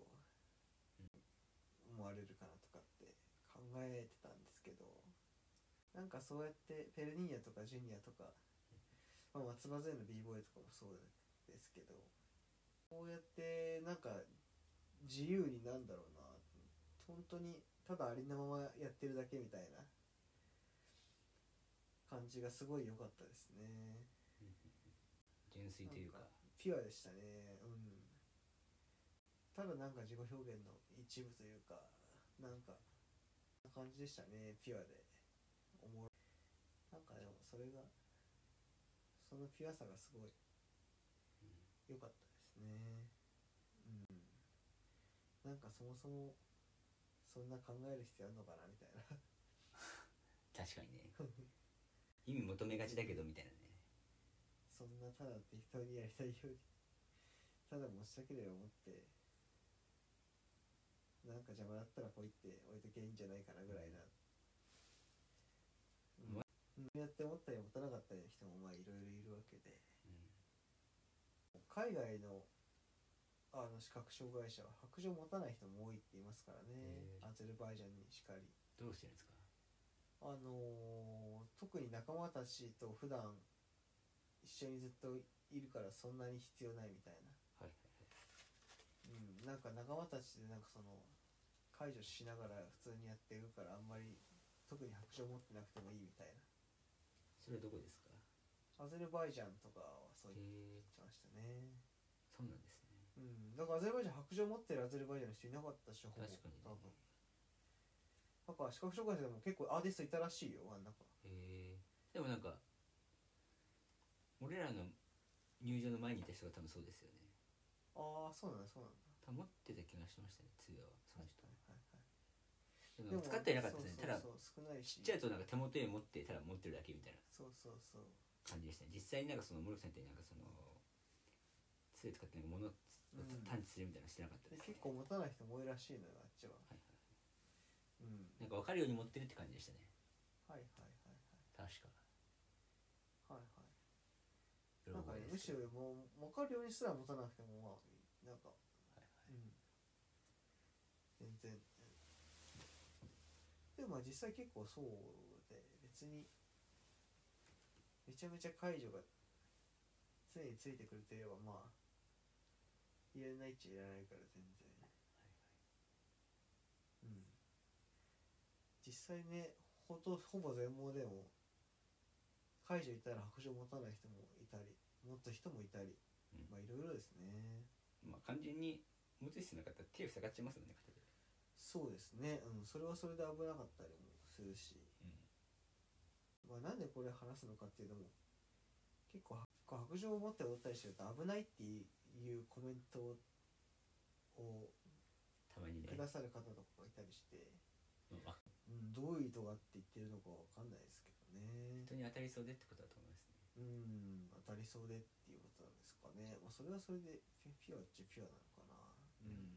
[SPEAKER 2] 思われるかなとかって考えてたんですけどななんかそうやってペルニーヤとかジュニアとか、まあ、松葉勢の b ボーイとかもそうですけどこうやってなんか自由になんだろうな本当にただありのままやってるだけみたいな感じがすごい良かったですね
[SPEAKER 3] 純粋というか
[SPEAKER 2] なんピュアでしたねうんただなんか自己表現の一部というかなんかこんな感じでしたねピュアでおもろいなんかでもそれがそのピュアさがすごい良かったですねうんなんかそもそもそんな考える必要あるのかなみたいな
[SPEAKER 3] 確かにね意味求めがちだけどみたいなね
[SPEAKER 2] そんなただ適当にやりたいようにただ持ちたければ持ってなんか邪魔だったらポイって置いときゃいいんじゃないかなぐらいな、うん
[SPEAKER 3] ま
[SPEAKER 2] うんやって持ったり持たなかったりの人もまあいろいろいるわけで海外のあの視覚障害者は白杖を持たない人も多いって言いますからね
[SPEAKER 3] へえ
[SPEAKER 2] アゼルバイジャンにしかり
[SPEAKER 3] どうしてるんですか
[SPEAKER 2] あのー特に仲間たちと普段一緒にずっといるからそんなに必要ないみたい
[SPEAKER 3] はい
[SPEAKER 2] な、うん、なんか仲間たちでなんかその解除しながら普通にやってるからあんまり特に白状持ってなくてもいいみたい
[SPEAKER 3] それはどこですか
[SPEAKER 2] なアゼルバイジャンとかはそう
[SPEAKER 3] へ
[SPEAKER 2] 言っ
[SPEAKER 3] え
[SPEAKER 2] てましたね
[SPEAKER 3] そうなんですね
[SPEAKER 2] うんだからアゼルバイジャン白状持ってるアゼルバイジャンの人いなかったでしょほぼ
[SPEAKER 3] 確かにね
[SPEAKER 2] 多分だから視覚障害者でも結構アーティストいたらしいよ真ん中
[SPEAKER 3] へえでもなんか俺らの入場の前にいた人が多分そうですよね
[SPEAKER 2] ああそうなんだそうなんだ
[SPEAKER 3] 多分持ってた気がしましたね通話はその人
[SPEAKER 2] はいはい
[SPEAKER 3] でも使ってなかったですね
[SPEAKER 2] そう
[SPEAKER 3] た
[SPEAKER 2] そう
[SPEAKER 3] だ
[SPEAKER 2] そう少ないし
[SPEAKER 3] ちっちゃいとなんか手元に持ってただ持ってるだけみたいな
[SPEAKER 2] そうそうそう
[SPEAKER 3] 感じでしたね実際になんかその室木さんってなんかその杖使ってなんか物を
[SPEAKER 2] うん
[SPEAKER 3] 探知するみたいなのしてなかった
[SPEAKER 2] で
[SPEAKER 3] です、ね
[SPEAKER 2] 結構持たない人も多いらしいのよあっちは
[SPEAKER 3] はいはい
[SPEAKER 2] うん
[SPEAKER 3] なんか分かるように持ってるって感じでしたね
[SPEAKER 2] はいはいはい
[SPEAKER 3] 確か
[SPEAKER 2] はいはいはい
[SPEAKER 3] 喜
[SPEAKER 2] なんかね
[SPEAKER 3] び
[SPEAKER 2] む
[SPEAKER 3] で
[SPEAKER 2] し
[SPEAKER 3] す
[SPEAKER 2] ろ
[SPEAKER 3] けど
[SPEAKER 2] もう分かるようにすら持たなくてもまあなんか、うん全然でもまあ実際結構そうで別にめちゃめちゃ解除が常についてくれてればまあいらないっちゃいらないから全然うん実際ねほとほぼ全盲でも解除いたら白状持たない人もいたり持った人もいたり、
[SPEAKER 3] うん
[SPEAKER 2] まあいろいろですね
[SPEAKER 3] まあ完全に持つ必要なかったら手塞がっちゃいますよね片手で
[SPEAKER 2] そうですねうんそれはそれで危なかったりもするし、まあ、なんでこれ話すのかっていうのも結構白白状を持っておったりしてると危ないっていうコメントを
[SPEAKER 3] たまにね
[SPEAKER 2] くださる方とかがいたりして、
[SPEAKER 3] うんあ
[SPEAKER 2] うん、どういう意図があって言ってるのかわかんないですけどね
[SPEAKER 3] 本当に当たりそうでってことだと思いますね
[SPEAKER 2] うん当たりそうでっていうことなんですかね、まあ、それはそれでピピュアっちゃピュアなのかなうん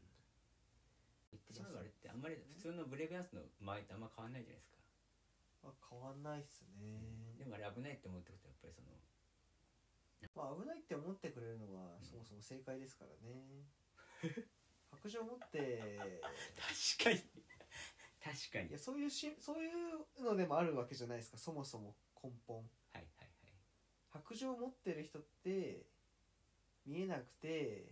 [SPEAKER 3] 言ってしまえばあれってあんまり普通のブレイブダンスの間合いとあんま変わんないじゃないですか
[SPEAKER 2] まあ、変わんないっす
[SPEAKER 3] で
[SPEAKER 2] ね、
[SPEAKER 3] もあれ危ないって思うってことはやっぱりその
[SPEAKER 2] まあ、危ないって思ってくれるのが
[SPEAKER 3] ん
[SPEAKER 2] そもそも正解ですからね白状を持って
[SPEAKER 3] 確かに確かに
[SPEAKER 2] いやそういうしそういうのでもあるわけじゃないですかそもそも根本
[SPEAKER 3] はいはいはい
[SPEAKER 2] 白状を持ってる人って見えなくて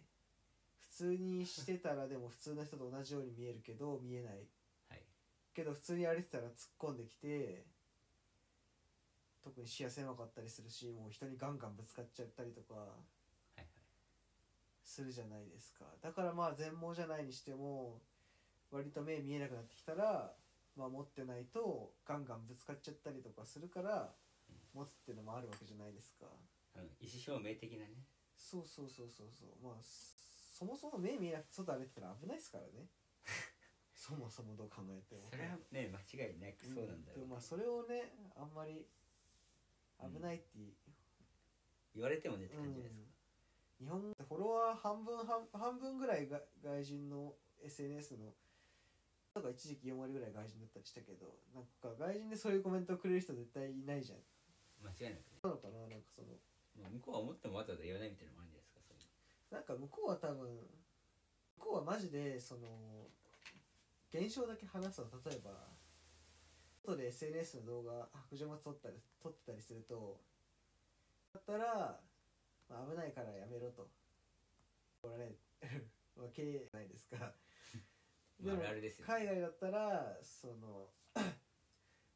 [SPEAKER 2] 普通にしてたらでも普通の人と同じように見えるけど見えない
[SPEAKER 3] はい
[SPEAKER 2] けど普通に歩いてたら突っ込んできて特に視野狭かったりするしもう人にガンガンぶつかっちゃったりとか
[SPEAKER 3] はいはい
[SPEAKER 2] するじゃないですかだからまあ全盲じゃないにしても割と目見えなくなってきたら、まあ、持ってないとガンガンぶつかっちゃったりとかするから持つっていうのもあるわけじゃないですか
[SPEAKER 3] あの意思表明的なね
[SPEAKER 2] そうそうそうそうそうまあそもそも目見えなくて外歩いてたら危ないですから ねそもそもどう考えても
[SPEAKER 3] それはね間違いなくそうなんだ
[SPEAKER 2] でも
[SPEAKER 3] ろうけど
[SPEAKER 2] まあそれをねあんまり危ないって、
[SPEAKER 3] 言われてもねって感じじゃないですか、
[SPEAKER 2] 日本ってフォロワー半分半半分ぐらいが外人の SNS のなんか一時期4割ぐらい外人だったりしたけどなんか外人でそういうコメントをくれる人絶対いないじゃん
[SPEAKER 3] 間違いなくね
[SPEAKER 2] なのかななんかその
[SPEAKER 3] もう向こうは思ってもわざわざ言わないみたいなのもあるんじゃないですかそういう
[SPEAKER 2] なんか向こうは多分向こうはマジでその現象だけ話すの例えば後で SNS の動画白状も撮ったり撮ってたりするとだったら、まあ、危ないからやめろとおられるわけじゃないですか
[SPEAKER 3] まああるあるですよ
[SPEAKER 2] 海外だったらその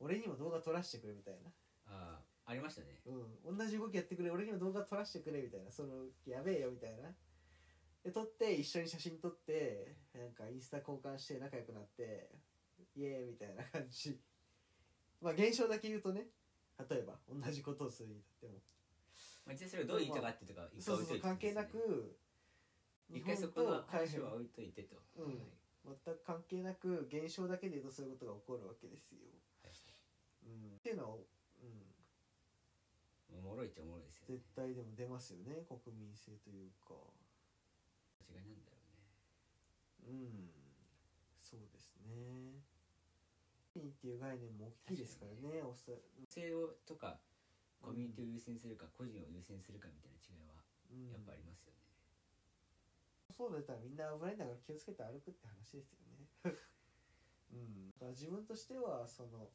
[SPEAKER 2] 俺にも動画撮らせてくれみたいな、
[SPEAKER 3] ああありましたね
[SPEAKER 2] うん、同じ動きやってくれ俺にも動画撮らせてくれみたいなそのやべえよみたいなで撮って一緒に写真撮ってなんかインスタ交換して仲良くなってイエーイみたいな感じまあ現象だけ言うとね例えば同じことをするに至っても
[SPEAKER 3] まあ、実際それをどういう意図があってとか一
[SPEAKER 2] そ
[SPEAKER 3] 回
[SPEAKER 2] うそ
[SPEAKER 3] 置
[SPEAKER 2] うそ
[SPEAKER 3] いというてですね
[SPEAKER 2] 関係なく
[SPEAKER 3] 一回そこの
[SPEAKER 2] 海
[SPEAKER 3] 話
[SPEAKER 2] 外
[SPEAKER 3] は置いといてと、
[SPEAKER 2] うん
[SPEAKER 3] はい
[SPEAKER 2] 全く関係なく現象だけで言うとそういうことが起こるわけですよ、うん、っていうのは、うん、
[SPEAKER 3] おもろいっちゃおもろいですよね
[SPEAKER 2] 絶対でも出ますよね国民性というか
[SPEAKER 3] 違いなんだろ
[SPEAKER 2] う
[SPEAKER 3] うね
[SPEAKER 2] んそうですね国民っていう概念も大きいですからねおそ
[SPEAKER 3] 性をとかコミュニティを優先するか、個人を優先するかみたいな違いは
[SPEAKER 2] うん、
[SPEAKER 3] やっぱありますよね、
[SPEAKER 2] そうだったらみんな危ないんだから気をつけて歩くって話ですよねうんだから自分としてはその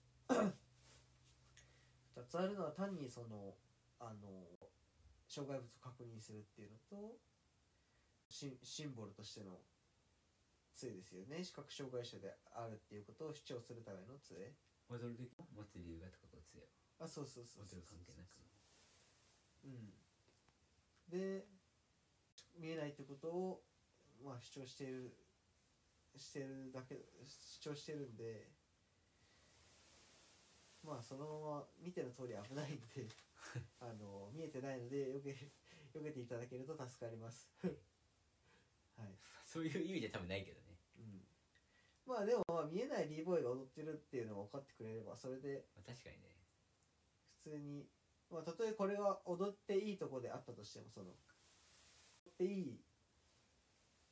[SPEAKER 2] 2つあるのは単にそのあの障害物を確認するっていうのとシンシンボルとしての杖ですよね視覚障害者であるっていうことを主張するための杖
[SPEAKER 3] 踊る時も持つ理由がとかこう強い
[SPEAKER 2] あそうそうそう
[SPEAKER 3] 踊
[SPEAKER 2] そう
[SPEAKER 3] る関係なく
[SPEAKER 2] うん、で見えないってことを、まあ、主張しているしてるだけ主張してるんでまあそのまま見ての通り危ないんであの見えてないのでよけ よけていただけると助かります。はい
[SPEAKER 3] そういう意味じゃ多分ないけどね、
[SPEAKER 2] うん、まあでも、まあ、見えない d ボーイが踊ってるっていうのを分かってくれればそれで
[SPEAKER 3] まあ、確かにね
[SPEAKER 2] 普通に、まあ、たとえこれは踊っていいとこであったとしてもその踊っていい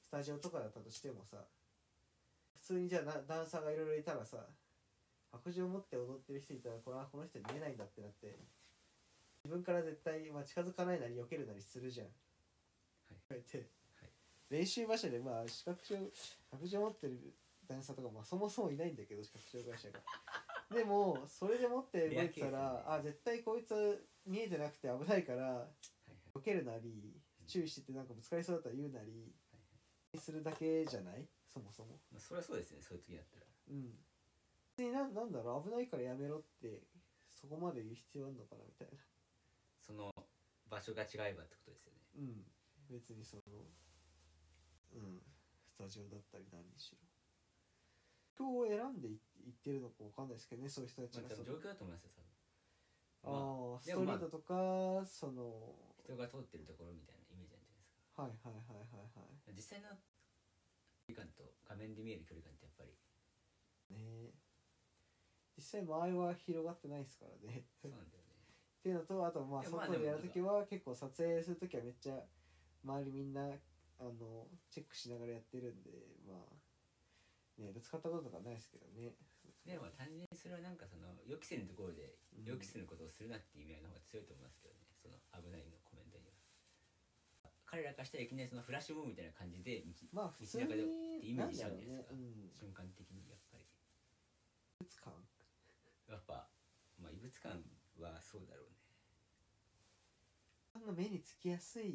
[SPEAKER 2] スタジオとかだったとしてもさ普通にじゃあなダンサーがいろいろいたらさ白杖を持って踊ってる人いたらこれはこの人見えないんだってなって自分から絶対、まあ、近づかないなり避けるなりするじゃん。こう
[SPEAKER 3] はい
[SPEAKER 2] やって
[SPEAKER 3] はい
[SPEAKER 2] 練習場所でまあ視覚障白杖持ってるダンサーとか、まあ、そもそもいないんだけど視覚障害 者が。でもそれで持って動いてた
[SPEAKER 3] レアケース
[SPEAKER 2] ら、
[SPEAKER 3] ね
[SPEAKER 2] あ絶対こいつ見えてなくて危ないから
[SPEAKER 3] はいはい
[SPEAKER 2] 避けるなり注意しててなんかぶつかりそうだったら言うなりするだけじゃないそもそも。
[SPEAKER 3] まあ、それはそうですねそういう時だったら
[SPEAKER 2] うん。別にななんだろう危ないからやめろってそこまで言う必要あるのかなみたいな。
[SPEAKER 3] その場所が違えばってことですよね
[SPEAKER 2] うん。別にそのうんスタジオだったり何にしろ。今を選んでい言ってるのかわかんないですけどねそういう人たち
[SPEAKER 3] ま
[SPEAKER 2] が
[SPEAKER 3] あ多
[SPEAKER 2] その
[SPEAKER 3] 分状況だと思いますよ多分まあ
[SPEAKER 2] ああス
[SPEAKER 3] で
[SPEAKER 2] ト
[SPEAKER 3] も
[SPEAKER 2] リ
[SPEAKER 3] まあ
[SPEAKER 2] ートとか、その
[SPEAKER 3] 人が通ってるところみたいなイメージなんじゃな
[SPEAKER 2] はい
[SPEAKER 3] いですか
[SPEAKER 2] はいはいはいはい。
[SPEAKER 3] 実際の距離感と画面で見える距離感ってやっぱり
[SPEAKER 2] ね実際間合いは広がってないですからね
[SPEAKER 3] そ
[SPEAKER 2] っ
[SPEAKER 3] うなんだよね
[SPEAKER 2] ていうのとあとまあ
[SPEAKER 3] いやまあ
[SPEAKER 2] 外でやる
[SPEAKER 3] で
[SPEAKER 2] と
[SPEAKER 3] も
[SPEAKER 2] きは結構撮影するときはめっちゃ周りみんなあのチェックしながらやってるんでまあねぶつかったこととかないですけどね
[SPEAKER 3] でも単純にそれはなんかその予期せぬところで
[SPEAKER 2] うん
[SPEAKER 3] 予期せぬことをするなっていう意味合いの方が強いと思いますけどねその危ないのコメントには彼らからしたらいきなりそのフラッシュモブみたいな感じで道
[SPEAKER 2] まあ普通
[SPEAKER 3] 道中でって
[SPEAKER 2] に
[SPEAKER 3] イメ
[SPEAKER 2] なん
[SPEAKER 3] ージしち
[SPEAKER 2] だ
[SPEAKER 3] ゃう
[SPEAKER 2] ろう
[SPEAKER 3] んじゃない
[SPEAKER 2] ね
[SPEAKER 3] です
[SPEAKER 2] うん
[SPEAKER 3] か、瞬間的に
[SPEAKER 2] 異物感
[SPEAKER 3] やっぱりやっぱまあ異物感はそうだろうね
[SPEAKER 2] あんな目につきやすい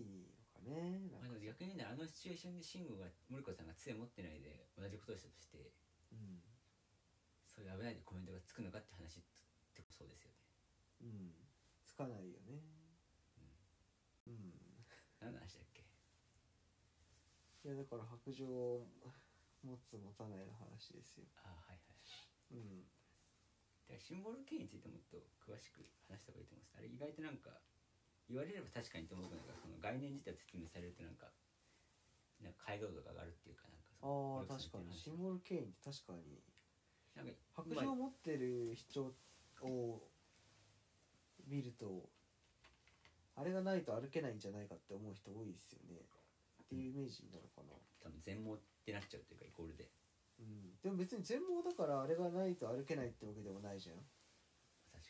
[SPEAKER 2] のかねなんか
[SPEAKER 3] まあでも逆にねあのシチュエーションで慎吾が森子さんが杖持ってないで同じことをしたとして
[SPEAKER 2] うん
[SPEAKER 3] そういう危ないでコメントがつくのかって話ってそうですよね
[SPEAKER 2] うんつかないよねうん
[SPEAKER 3] 何の話だっけ
[SPEAKER 2] いやだから白状を持つ持たないの話ですよ
[SPEAKER 3] ああはいはい
[SPEAKER 2] うん
[SPEAKER 3] だからシンボル系についてもっと詳しく話した方がいいと思うんですあれ意外となんか言われれば確かにと思うのがその概念自体を説明されるとなんかなんか解像度が上がるっていうかなんかそ
[SPEAKER 2] あ
[SPEAKER 3] の
[SPEAKER 2] あ確かにシンボルケインって確かに
[SPEAKER 3] なんか
[SPEAKER 2] 白状を持ってる人を見るとあれがないと歩けないんじゃないかって思う人多いですよねっていうイメージなのかな、
[SPEAKER 3] 多分全盲ってなっちゃうというかイコールで
[SPEAKER 2] うん、でも別に全盲だからあれがないと歩けないってわけでもないじゃん
[SPEAKER 3] 確か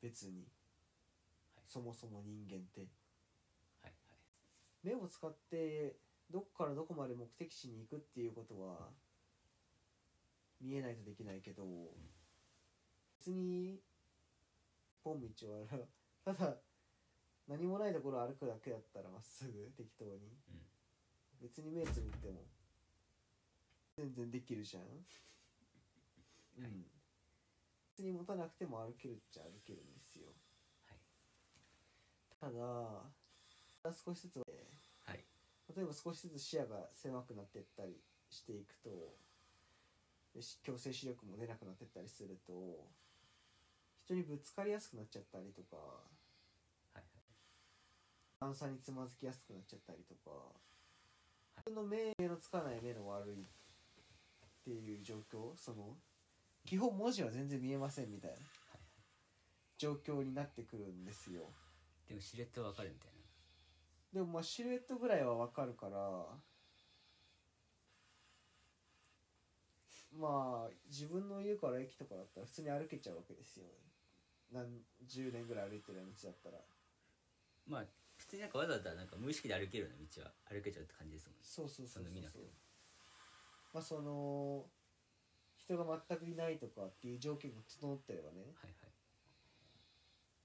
[SPEAKER 3] に
[SPEAKER 2] 別に、
[SPEAKER 3] はい
[SPEAKER 2] そもそも人間って
[SPEAKER 3] はいはい
[SPEAKER 2] 目を使ってどこからどこまで目的地に行くっていうことは見えないとできないけど別にポン道を歩ただ何もないところを歩くだけだったらまっすぐ適当に、
[SPEAKER 3] うん
[SPEAKER 2] 別に目つぶっても全然できるじゃん、うん別に持たなくても歩けるっちゃ歩けるんですよ
[SPEAKER 3] はい
[SPEAKER 2] ただ少しずつ
[SPEAKER 3] はい
[SPEAKER 2] 例えば少しずつ視野が狭くなってったりしていくとでし強制視力も出なくなってったりすると人にぶつかりやすくなっちゃったりとか
[SPEAKER 3] はいはい
[SPEAKER 2] 段差につまずきやすくなっちゃったりとか自分の目目のつかない目の悪いっていう状況その基本文字は全然見えませんみたいな状況になってくるんですよ。
[SPEAKER 3] でもしれっとわかるみたいな
[SPEAKER 2] でもまあシルエットぐらいはわかるからまあ自分の家から駅とかだったら普通に歩けちゃうわけですよ何十年ぐらい歩いてる道だったら
[SPEAKER 3] まあ普通になんかわざわざなんか無意識で歩けるような道は歩けちゃうって感じですもんね
[SPEAKER 2] そうそうそうそう
[SPEAKER 3] そんな見なく
[SPEAKER 2] そ
[SPEAKER 3] て
[SPEAKER 2] う
[SPEAKER 3] も
[SPEAKER 2] まあその人が全くいないとかっていう条件が整ってればね
[SPEAKER 3] はいはい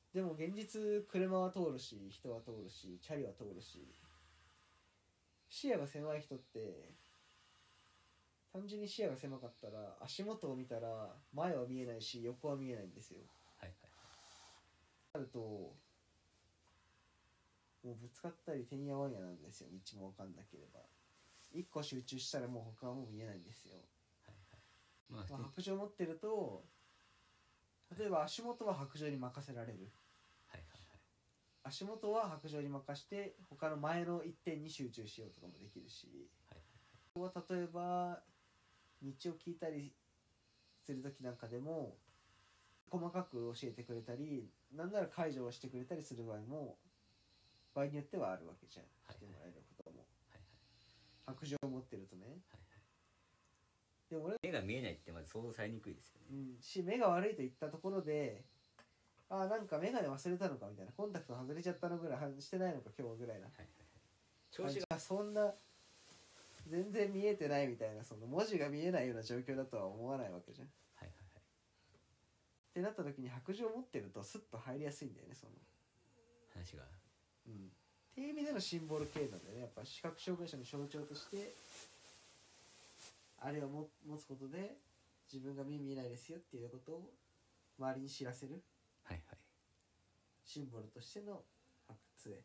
[SPEAKER 2] でも現実車は通るし人は通るしチャリは通るし視野が狭い人って単純に視野が狭かったら足元を見たら前は見えないし横は見えないんですよ
[SPEAKER 3] はい
[SPEAKER 2] なるともうぶつかったりてんやわんやなんですよ道も分かんなければ一個集中したらもう他はもう見えないんですよ
[SPEAKER 3] はいはい
[SPEAKER 2] ま
[SPEAKER 3] ま
[SPEAKER 2] あ
[SPEAKER 3] あ、
[SPEAKER 2] 白杖持ってると例えば足元は白杖に任せられる
[SPEAKER 3] はいはい
[SPEAKER 2] 足元は白杖に任して他の前の一点に集中しようとかもできるし、
[SPEAKER 3] はい
[SPEAKER 2] ここは例えば道を聞いたりする時なんかでも細かく教えてくれたりなんなら解除をしてくれたりする場合も場合によってはあるわけじゃん、
[SPEAKER 3] はい
[SPEAKER 2] してもらえることも
[SPEAKER 3] はいはい
[SPEAKER 2] 白杖を持ってるとねで
[SPEAKER 3] はいはい
[SPEAKER 2] も俺、
[SPEAKER 3] 目が見えないってまず想像されにくいですよ
[SPEAKER 2] う
[SPEAKER 3] ね
[SPEAKER 2] ん、し目が悪いと言ったところでああなんか眼鏡忘れたのかみたいなコンタクト外れちゃったのぐらい外してないのか今日ぐらいな
[SPEAKER 3] はいはいはい調子
[SPEAKER 2] あ
[SPEAKER 3] が
[SPEAKER 2] そんな全然見えてないみたいなその文字が見えないような状況だとは思わないわけじゃん。っ
[SPEAKER 3] はいはいはい
[SPEAKER 2] てなった時に白杖を持ってるとスッと入りやすいんだよねその、
[SPEAKER 3] 話が
[SPEAKER 2] うん、っていう意味でのシンボル系なんだよねやっぱ視覚障害者の象徴としてあれをも持つことで自分が目見えないですよっていうことを周りに知らせる
[SPEAKER 3] はいはい
[SPEAKER 2] シンボルとしての白杖
[SPEAKER 3] は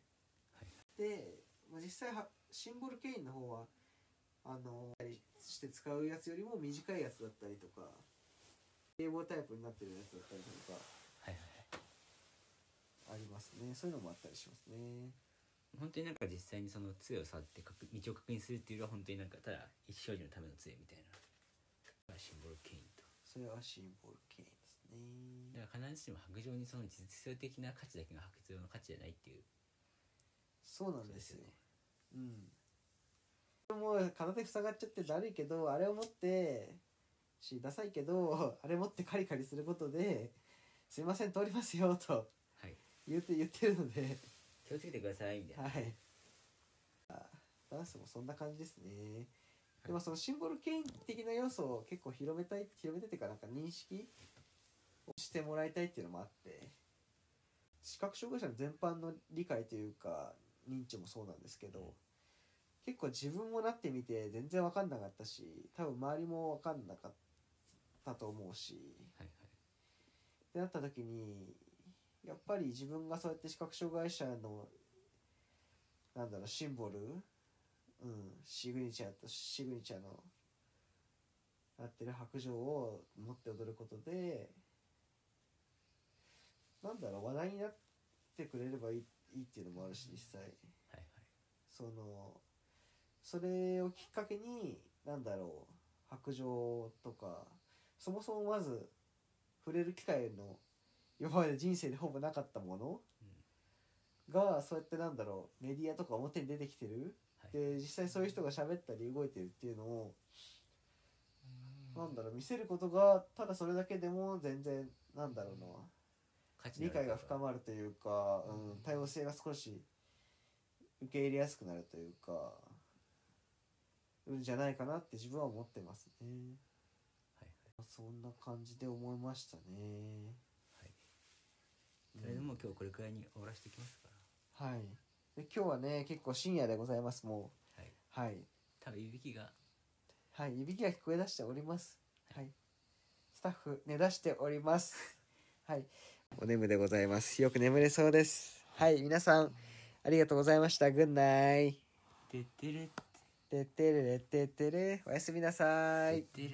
[SPEAKER 3] い
[SPEAKER 2] で、まあ、実際はシンボルケインの方はあのして使うやつよりも短いやつだったりとか冷房タイプになってるやつだったりとか
[SPEAKER 3] はいはい
[SPEAKER 2] ありますねそういうのもあったりしますね
[SPEAKER 3] 本当になんか実際にその杖を触って確道を確認するっていうよりは本当になんかただ一生児のための杖みたいなシンボルケインと
[SPEAKER 2] それはシンボルケインですね
[SPEAKER 3] だから必ずしも白杖にその実用的な価値だけが白杖の価値じゃないっていう
[SPEAKER 2] そうな
[SPEAKER 3] こ
[SPEAKER 2] ん
[SPEAKER 3] と
[SPEAKER 2] ですよ
[SPEAKER 3] ね
[SPEAKER 2] うんもう片手塞がっちゃってだるいけどあれを持ってしダサいけどあれ持ってカリカリすることですいません通りますよと
[SPEAKER 3] はい
[SPEAKER 2] 言うて言ってるので
[SPEAKER 3] 気をつけてくださいみたいな
[SPEAKER 2] はい。ダンスもそんな感じですね。
[SPEAKER 3] い
[SPEAKER 2] でもそのシンボル権的な要素を結構広めたい広めててかなんか認識をしてもらいたいっていうのもあって視覚障害者の全般の理解というか認知もそうなんですけど、
[SPEAKER 3] うん
[SPEAKER 2] 結構自分もなってみて全然分かんなかったし多分周りも分かんなかったと思うし
[SPEAKER 3] はい
[SPEAKER 2] ってなった時にやっぱり自分がそうやって視覚障害者のなんだろうシンボル、うん、シグニチャーとシグニチャーのなってる白状を持って踊ることでなんだろう話題になってくれればいいいいっていうのもあるし実際。
[SPEAKER 3] はいはい
[SPEAKER 2] そのそれをきっかけになんだろう白状とかそもそもまず触れる機会の今まで人生でほぼなかったもの、がそうやってなんだろうメディアとか表に出てきてる、
[SPEAKER 3] はい
[SPEAKER 2] で実際そういう人が喋ったり動いてるっていうのを、なんだろう見せることがただそれだけでも全然なんだろうな、
[SPEAKER 3] 価値の
[SPEAKER 2] 理
[SPEAKER 3] あ
[SPEAKER 2] 解
[SPEAKER 3] る
[SPEAKER 2] が深まるというか、うん、多様性が少し受け入れやすくなるというか、うんじゃないかなって自分は思ってますね。
[SPEAKER 3] はいはい
[SPEAKER 2] そんな感じで思いましたね
[SPEAKER 3] それでもう今日これくらいに終わらせていきますか
[SPEAKER 2] はいで今日はね結構深夜でございますも
[SPEAKER 3] らはいう
[SPEAKER 2] はい
[SPEAKER 3] 多分いびきが
[SPEAKER 2] はいいびきが聞こえ出しておりますはいスタッフ寝だしております はいお眠でございますよく眠れそうですはい皆さんありがとうございましたグッナイ
[SPEAKER 3] 「てってれ
[SPEAKER 2] てってれれってってれおやすみなさい
[SPEAKER 3] てれれ」